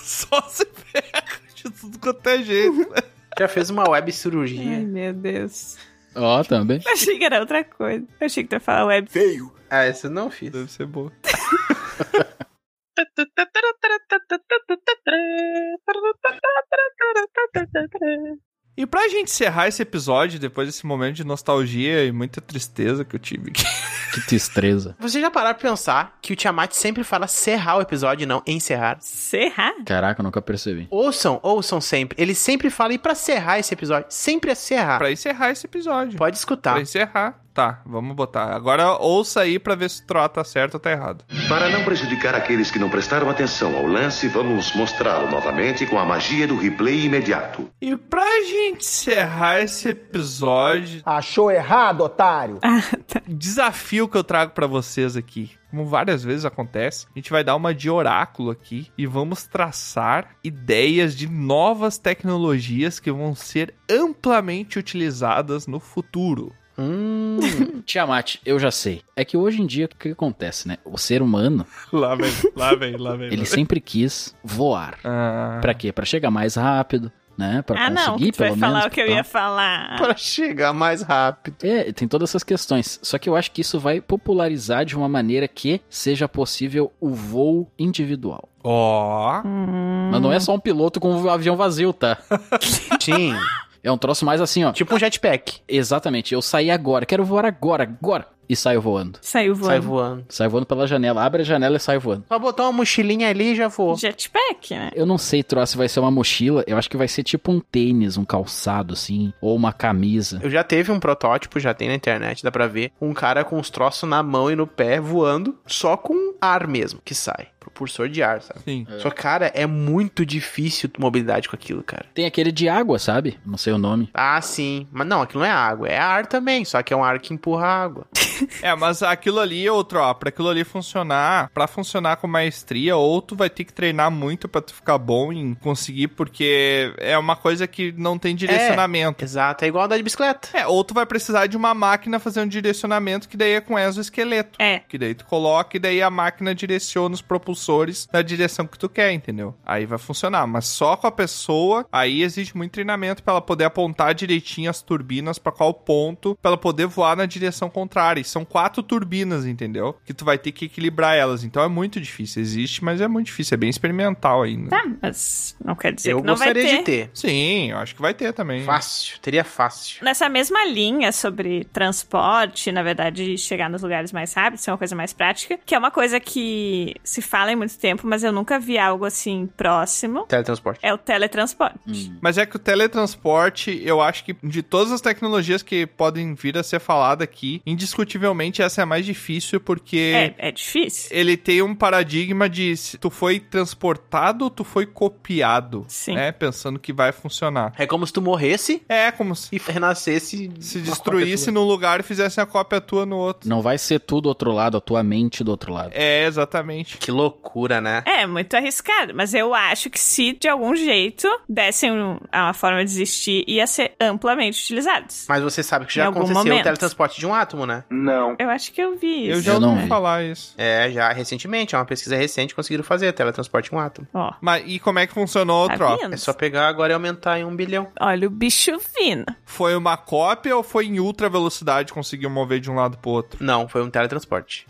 Só se ferra de tudo quanto é jeito, né? Já fez uma web cirurgia. Ai, meu Deus. Ó, oh, também. Eu achei que era outra coisa. Eu achei que tu ia falar web. Feio. Ah, essa eu não fiz. Deve ser boa. E pra gente encerrar esse episódio, depois desse momento de nostalgia e muita tristeza que eu tive aqui. Que tristeza. Você já pararam pra pensar que o Tiamat sempre fala cerrar o episódio e não encerrar? Cerrar? Caraca, eu nunca percebi. Ouçam, ouçam sempre. Ele sempre fala, e pra cerrar esse episódio? Sempre é cerrar. Pra encerrar esse episódio. Pode escutar. Pra encerrar. Tá, vamos botar. Agora ouça aí pra ver se o Troá tá certo ou tá errado. Para não prejudicar aqueles que não prestaram atenção ao lance, vamos mostrá-lo novamente com a magia do replay imediato. E pra gente encerrar esse episódio. Achou errado, otário? Ah. Desafio que eu trago para vocês aqui como várias vezes acontece, a gente vai dar uma de oráculo aqui e vamos traçar ideias de novas tecnologias que vão ser amplamente utilizadas no futuro. Hum, Tiamat, eu já sei. É que hoje em dia, o que acontece, né? O ser humano. Lá vem, lá vem, lá vem. Ele lá sempre vem. quis voar. Ah. Pra quê? Pra chegar mais rápido, né? Pra ah, não, conseguir, tu vai pelo falar menos, o que eu pra- ia falar. Pra chegar mais rápido. É, tem todas essas questões. Só que eu acho que isso vai popularizar de uma maneira que seja possível o voo individual. Ó. Hum, Mas não é só um piloto com um avião vazio, tá? Uhum. Sim. É um troço mais assim, ó. Tipo um jetpack. Exatamente. Eu saí agora, quero voar agora, agora. E saio voando. Saiu voando. Sai voando. Sai voando pela janela. Abre a janela e sai voando. Só botar uma mochilinha ali e já voou. Jetpack, né? Eu não sei, Troa, se vai ser uma mochila. Eu acho que vai ser tipo um tênis, um calçado, assim. Ou uma camisa. Eu já teve um protótipo, já tem na internet, dá pra ver. Um cara com os troços na mão e no pé voando, só com ar mesmo que sai. Propulsor de ar, sabe? Sim. Só, cara, é muito difícil tu mobilidade com aquilo, cara. Tem aquele de água, sabe? Não sei o nome. Ah, sim. Mas não, aquilo não é água, é ar também, só que é um ar que empurra água. é, mas aquilo ali, outro, ó, pra aquilo ali funcionar, pra funcionar com maestria, ou tu vai ter que treinar muito pra tu ficar bom em conseguir, porque é uma coisa que não tem direcionamento. exato, é igual andar de bicicleta. É, ou tu vai precisar de uma máquina fazer um direcionamento, que daí é com exoesqueleto. É. Que daí tu coloca e daí a máquina direciona os propulsores na direção que tu quer, entendeu? Aí vai funcionar, mas só com a pessoa, aí exige muito treinamento pra ela poder apontar direitinho as turbinas pra qual ponto, pra ela poder voar na direção contrária. E são quatro turbinas, entendeu? Que tu vai ter que equilibrar elas. Então é muito difícil. Existe, mas é muito difícil. É bem experimental ainda. Tá, mas não quer dizer Eu que não vai gostaria ter. de ter. Sim, eu acho que vai ter também. Fácil, teria fácil. Nessa mesma linha sobre transporte, na verdade, chegar nos lugares mais rápido, ser uma coisa mais prática, que é uma coisa que se fala em muito tempo, mas eu nunca vi algo assim próximo, Teletransporte. é o teletransporte. Hum. Mas é que o teletransporte, eu acho que de todas as tecnologias que podem vir a ser falada aqui, indiscutivelmente essa é a mais difícil porque É, é difícil. ele tem um paradigma de se tu foi transportado ou tu foi copiado, Sim. né? Pensando que vai funcionar. É como se tu morresse É como se, e renascesse. se destruísse num lugar e fizesse a cópia tua no outro. Não vai ser tu do outro lado, a tua mente do outro lado. É, exatamente. Que loucura, né? É, muito arriscado, mas eu acho que se de algum jeito dessem um- a uma forma de existir, ia ser amplamente utilizados. Mas você sabe que Em já algum aconteceu momento. o teletransporte de um átomo, né? Não. Eu acho que eu vi isso. Eu já Eu não ouvi vi. falar isso. É, já recentemente, é uma pesquisa recente, conseguiram fazer teletransporte de um átomo. Ó, Mas e como é que funcionou, tá Tro? vindo? É só pegar agora e aumentar em um bilhão. Olha o bicho vindo. Foi uma cópia ou foi em ultra velocidade conseguiu mover de um lado pro outro? Não, foi um teletransporte.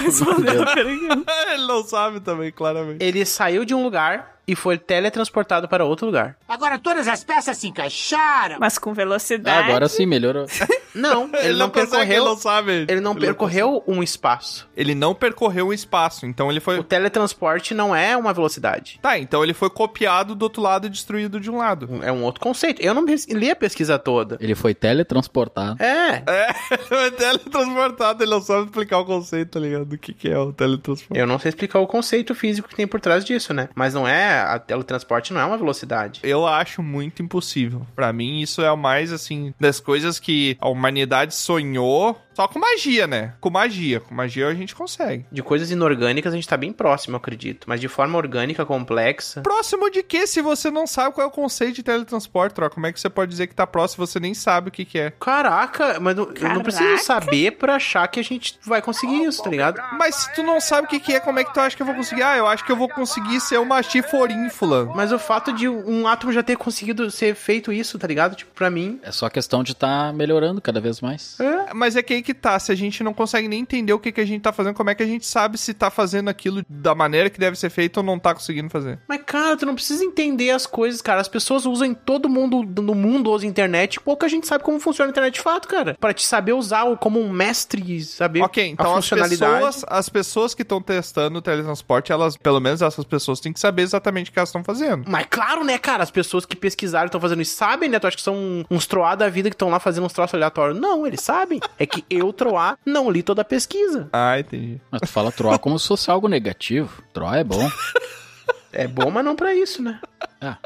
Respondeu a pergunta. Ele não sabe também, claramente. Ele saiu de um lugar, e foi teletransportado para outro lugar. Agora todas as peças se encaixaram. Mas com velocidade. Ah, agora sim, melhorou. não, ele, ele não, não percorreu. Ele não sabe. Ele não ele percorreu não um espaço. Ele não percorreu um espaço, então ele foi. O teletransporte não é uma velocidade. Tá, então ele foi copiado do outro lado e destruído de um lado. É um outro conceito. Eu não li a pesquisa toda. Ele foi teletransportado. É. É, foi teletransportado. Ele não sabe explicar o conceito, tá ligado? Do que, que é o teletransporte. Eu não sei explicar o conceito físico que tem por trás disso, né? Mas não é a teletransporte não é uma velocidade. Eu acho muito impossível. Para mim, isso é o mais, assim, das coisas que a humanidade sonhou. Só com magia, né? Com magia. Com magia a gente consegue. De coisas inorgânicas a gente tá bem próximo, eu acredito. Mas de forma orgânica, complexa. Próximo de quê? Se você não sabe qual é o conceito de teletransporte, troca. Como é que você pode dizer que tá próximo se você nem sabe o que, que é? Caraca, mas não, Caraca. eu não preciso saber pra achar que a gente vai conseguir isso, tá ligado? Mas se tu não sabe o que, que é, como é que tu acha que eu vou conseguir? Ah, eu acho que eu vou conseguir ser uma chiforínfula. Mas o fato de um átomo já ter conseguido ser feito isso, tá ligado? Tipo, pra mim. É só questão de tá melhorando cada vez mais. É, mas é que aí que tá. Se a gente não consegue nem entender o que, que a gente tá fazendo, como é que a gente sabe se tá fazendo aquilo da maneira que deve ser feito ou não tá conseguindo fazer? Mas, cara, tu não precisa entender as coisas, cara. As pessoas usam em todo mundo, no mundo usa internet. Pouca gente sabe como funciona a internet de fato, cara. Pra te saber usar como um mestre, saber Ok, então as pessoas, as pessoas que estão testando o teletransporte, elas, pelo menos essas pessoas, têm que saber exatamente o que elas estão fazendo. Mas claro, né, cara? As pessoas que pesquisaram estão fazendo isso sabem, né? Tu acha que são uns troá da vida que estão lá fazendo uns troços aleatórios? Não, eles sabem. É que eu, troá, não li toda a pesquisa. Ah, entendi. Mas tu fala troá como se fosse algo negativo. Troá é bom. é bom, mas não para isso, né? Ah.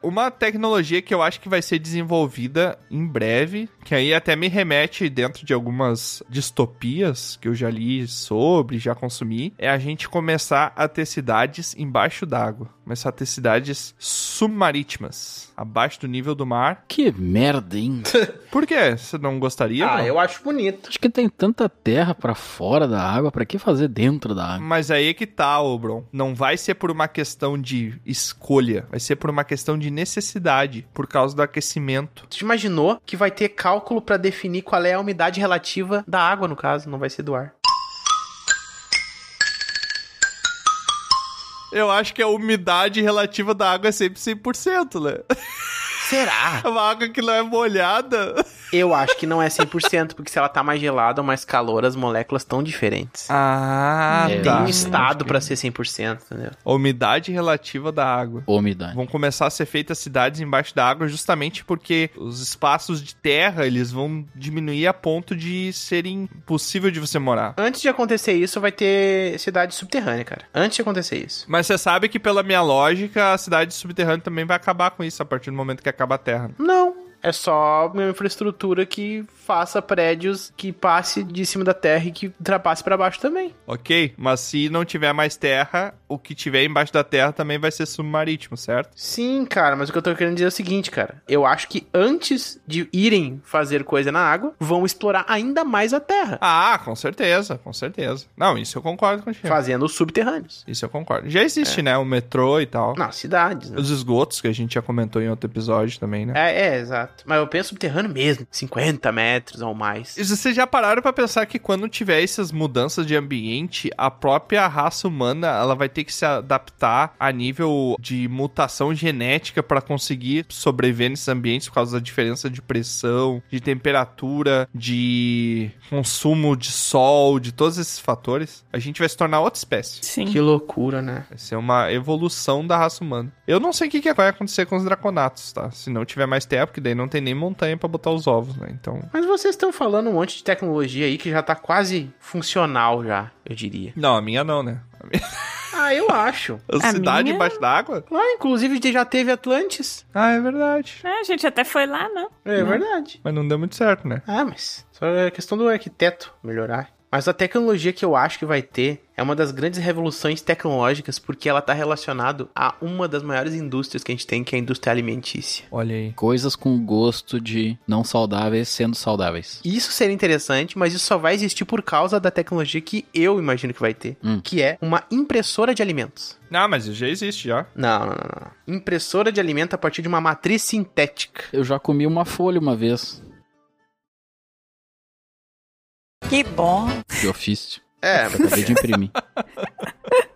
Uma tecnologia que eu acho que vai ser desenvolvida em breve, que aí até me remete dentro de algumas distopias que eu já li sobre, já consumi, é a gente começar a ter cidades embaixo d'água. Começar a ter cidades submarítimas, abaixo do nível do mar. Que merda, hein? Por quê? Você não gostaria? Ah, não? eu acho bonito. Acho que tem tanta terra para fora da água, para que fazer dentro da água? Mas aí é que tá, Obron. Não vai ser por uma questão de escolha, vai ser por uma questão de necessidade por causa do aquecimento. Tu imaginou que vai ter cálculo para definir qual é a umidade relativa da água, no caso, não vai ser do ar. Eu acho que a umidade relativa da água é sempre 100%, né? Será? Uma água que não é molhada. Eu acho que não é 100%, porque se ela tá mais gelada ou mais calor, as moléculas estão diferentes. Ah, é, tá. Tem um estado para ser 100%, entendeu? A umidade relativa da água. Umidade. Vão começar a ser feitas cidades embaixo da água justamente porque os espaços de terra, eles vão diminuir a ponto de serem impossível de você morar. Antes de acontecer isso, vai ter cidade subterrânea, cara. Antes de acontecer isso. Mas você sabe que pela minha lógica, a cidade subterrânea também vai acabar com isso a partir do momento que acaba a terra. né? Não, é só uma infraestrutura que faça prédios que passe de cima da terra e que ultrapasse para baixo também. Ok, mas se não tiver mais terra, o que tiver embaixo da terra também vai ser submarítimo, certo? Sim, cara, mas o que eu tô querendo dizer é o seguinte, cara. Eu acho que antes de irem fazer coisa na água, vão explorar ainda mais a terra. Ah, com certeza, com certeza. Não, isso eu concordo com o Chico. Fazendo os subterrâneos. Isso eu concordo. Já existe, é. né? O metrô e tal. Não, cidades. Né? Os esgotos que a gente já comentou em outro episódio também, né? É, é, exato. Mas eu penso subterrâneo mesmo, 50 metros ou mais. E vocês já pararam para pensar que quando tiver essas mudanças de ambiente, a própria raça humana ela vai ter que se adaptar a nível de mutação genética para conseguir sobreviver nesses ambientes por causa da diferença de pressão, de temperatura, de consumo de sol, de todos esses fatores. A gente vai se tornar outra espécie. Sim. Que loucura, né? Vai ser uma evolução da raça humana. Eu não sei o que, que vai acontecer com os draconatos, tá? Se não tiver mais tempo, que daí não tem nem montanha para botar os ovos, né? Então. Mas vocês estão falando um monte de tecnologia aí que já tá quase funcional já, eu diria. Não, a minha não, né? A minha... Ah, eu acho. A, a cidade minha... embaixo d'água? Lá, inclusive, já teve Atlantis. Ah, é verdade. É, a gente até foi lá, né? É verdade. Mas não deu muito certo, né? Ah, mas só é questão do arquiteto melhorar. Mas a tecnologia que eu acho que vai ter é uma das grandes revoluções tecnológicas porque ela está relacionada a uma das maiores indústrias que a gente tem, que é a indústria alimentícia. Olha aí. Coisas com gosto de não saudáveis sendo saudáveis. Isso seria interessante, mas isso só vai existir por causa da tecnologia que eu imagino que vai ter, hum. que é uma impressora de alimentos. Não, mas já existe já. Não, não, não, não. Impressora de alimento a partir de uma matriz sintética. Eu já comi uma folha uma vez. Que bom. De ofício. É, tá acabei de imprimir.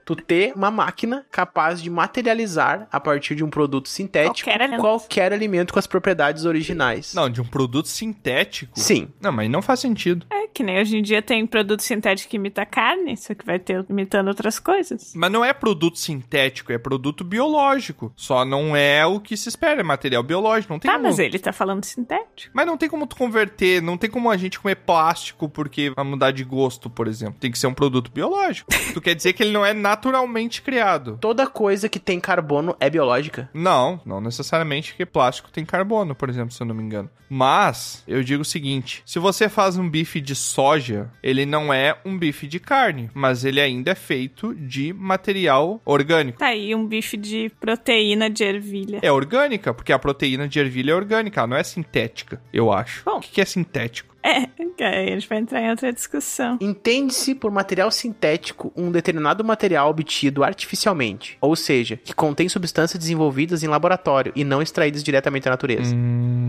Tu ter uma máquina capaz de materializar a partir de um produto sintético qualquer alimento, qualquer alimento com as propriedades originais. Não, de um produto sintético? Sim. Não, mas não faz sentido. É que nem hoje em dia tem produto sintético que imita carne, só que vai ter imitando outras coisas. Mas não é produto sintético, é produto biológico. Só não é o que se espera, é material biológico. Não tem Tá, como... mas ele tá falando sintético. Mas não tem como tu converter, não tem como a gente comer plástico porque vai mudar de gosto, por exemplo. Tem que ser um produto biológico. tu quer dizer que ele não é naturalmente criado. Toda coisa que tem carbono é biológica. Não, não necessariamente que plástico tem carbono, por exemplo, se eu não me engano. Mas eu digo o seguinte: se você faz um bife de soja, ele não é um bife de carne, mas ele ainda é feito de material orgânico. Tá aí um bife de proteína de ervilha. É orgânica, porque a proteína de ervilha é orgânica, ela não é sintética, eu acho. Bom. o que que é sintético? É, que aí a gente vai entrar em outra discussão. Entende-se por material sintético um determinado material obtido artificialmente, ou seja, que contém substâncias desenvolvidas em laboratório e não extraídas diretamente da natureza.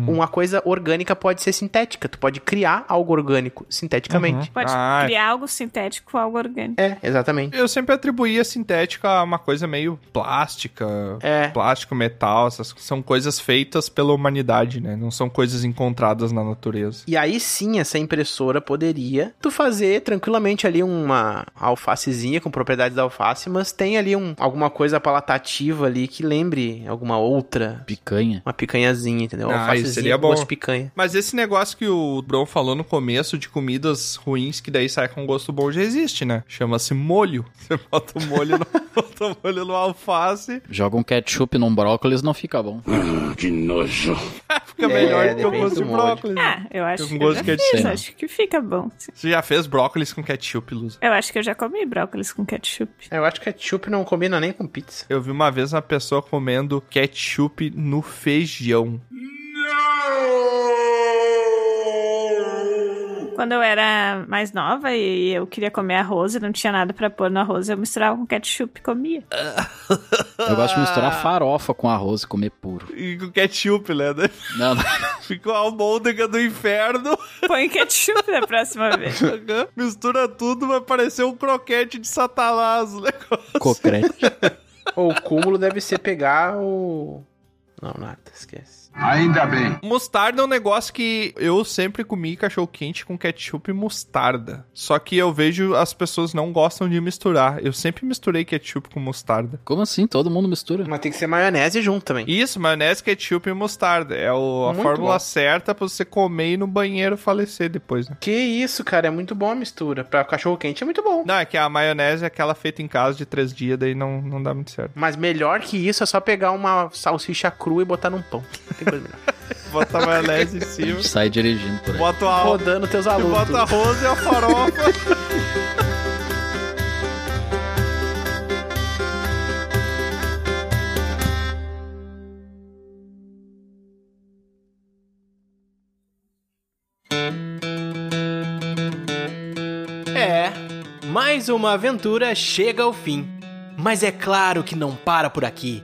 Uma coisa orgânica pode ser sintética, tu pode criar algo orgânico sinteticamente. Pode Ah, criar algo sintético, algo orgânico. É, exatamente. Eu sempre atribuí a sintética a uma coisa meio plástica, É. plástico, metal, essas são coisas feitas pela humanidade, né? Não são coisas encontradas na natureza. E aí sim, essa impressora poderia tu fazer tranquilamente ali uma alfacezinha com propriedades da alface, mas tem ali um, alguma coisa palatativa ali que lembre alguma outra. Picanha. Uma picanhazinha, entendeu? Ah, isso Alfacezinha seria com bom. gosto de picanha. Mas esse negócio que o Bron falou no começo de comidas ruins que daí sai com gosto bom já existe, né? Chama-se molho. Você bota o molho no, bota o molho no alface, Joga um ketchup num brócolis, não fica bom. Que nojo. fica É, melhor do que o depende gosto do de molho. brócolis. né? Ah, eu acho Com que eu gosto já que é de fiz, cena. acho que fica bom. sim. Você já fez brócolis com ketchup, Luz? Eu acho que eu já comi brócolis com ketchup. É, Eu acho que ketchup não combina nem com pizza. Eu vi uma vez uma pessoa comendo ketchup no feijão. Quando eu era mais nova e eu queria comer arroz e não tinha nada pra pôr no arroz, eu misturava com ketchup e comia. Eu gosto de misturar farofa com arroz e comer puro. E com ketchup, né? Daí Não, não. Ficou a almôndega do inferno. Põe ketchup da próxima vez. Mistura tudo, vai parecer um croquete de satanás. Né? Cocrete. Ou o cúmulo deve ser pegar o. Não, nada, esquece. Ainda bem. Mostarda é um negócio que eu sempre comi cachorro quente com ketchup e mostarda. Só que eu vejo as pessoas não gostam de misturar. Eu sempre misturei ketchup com mostarda. Como assim? Todo mundo mistura? Mas tem que ser maionese junto também. Isso, maionese, ketchup e mostarda. É o- a Muito fórmula bom. certa pra você comer e ir no banheiro falecer depois, né? Que isso, cara, é muito bom a mistura. Pra cachorro quente é muito bom. Não, é que a maionese é aquela feita em casa de três dias, daí não, não dá muito certo. Mas melhor que isso é só pegar uma salsicha crua e botar num pão. Não Tem coisa melhor. Bota a maionese em A cima, gente sai dirigindo por aí. bota o arroz, Rodando teus alunos. bota arroz e a farofa. É, mais uma aventura chega ao fim. Mas é claro que não para por aqui.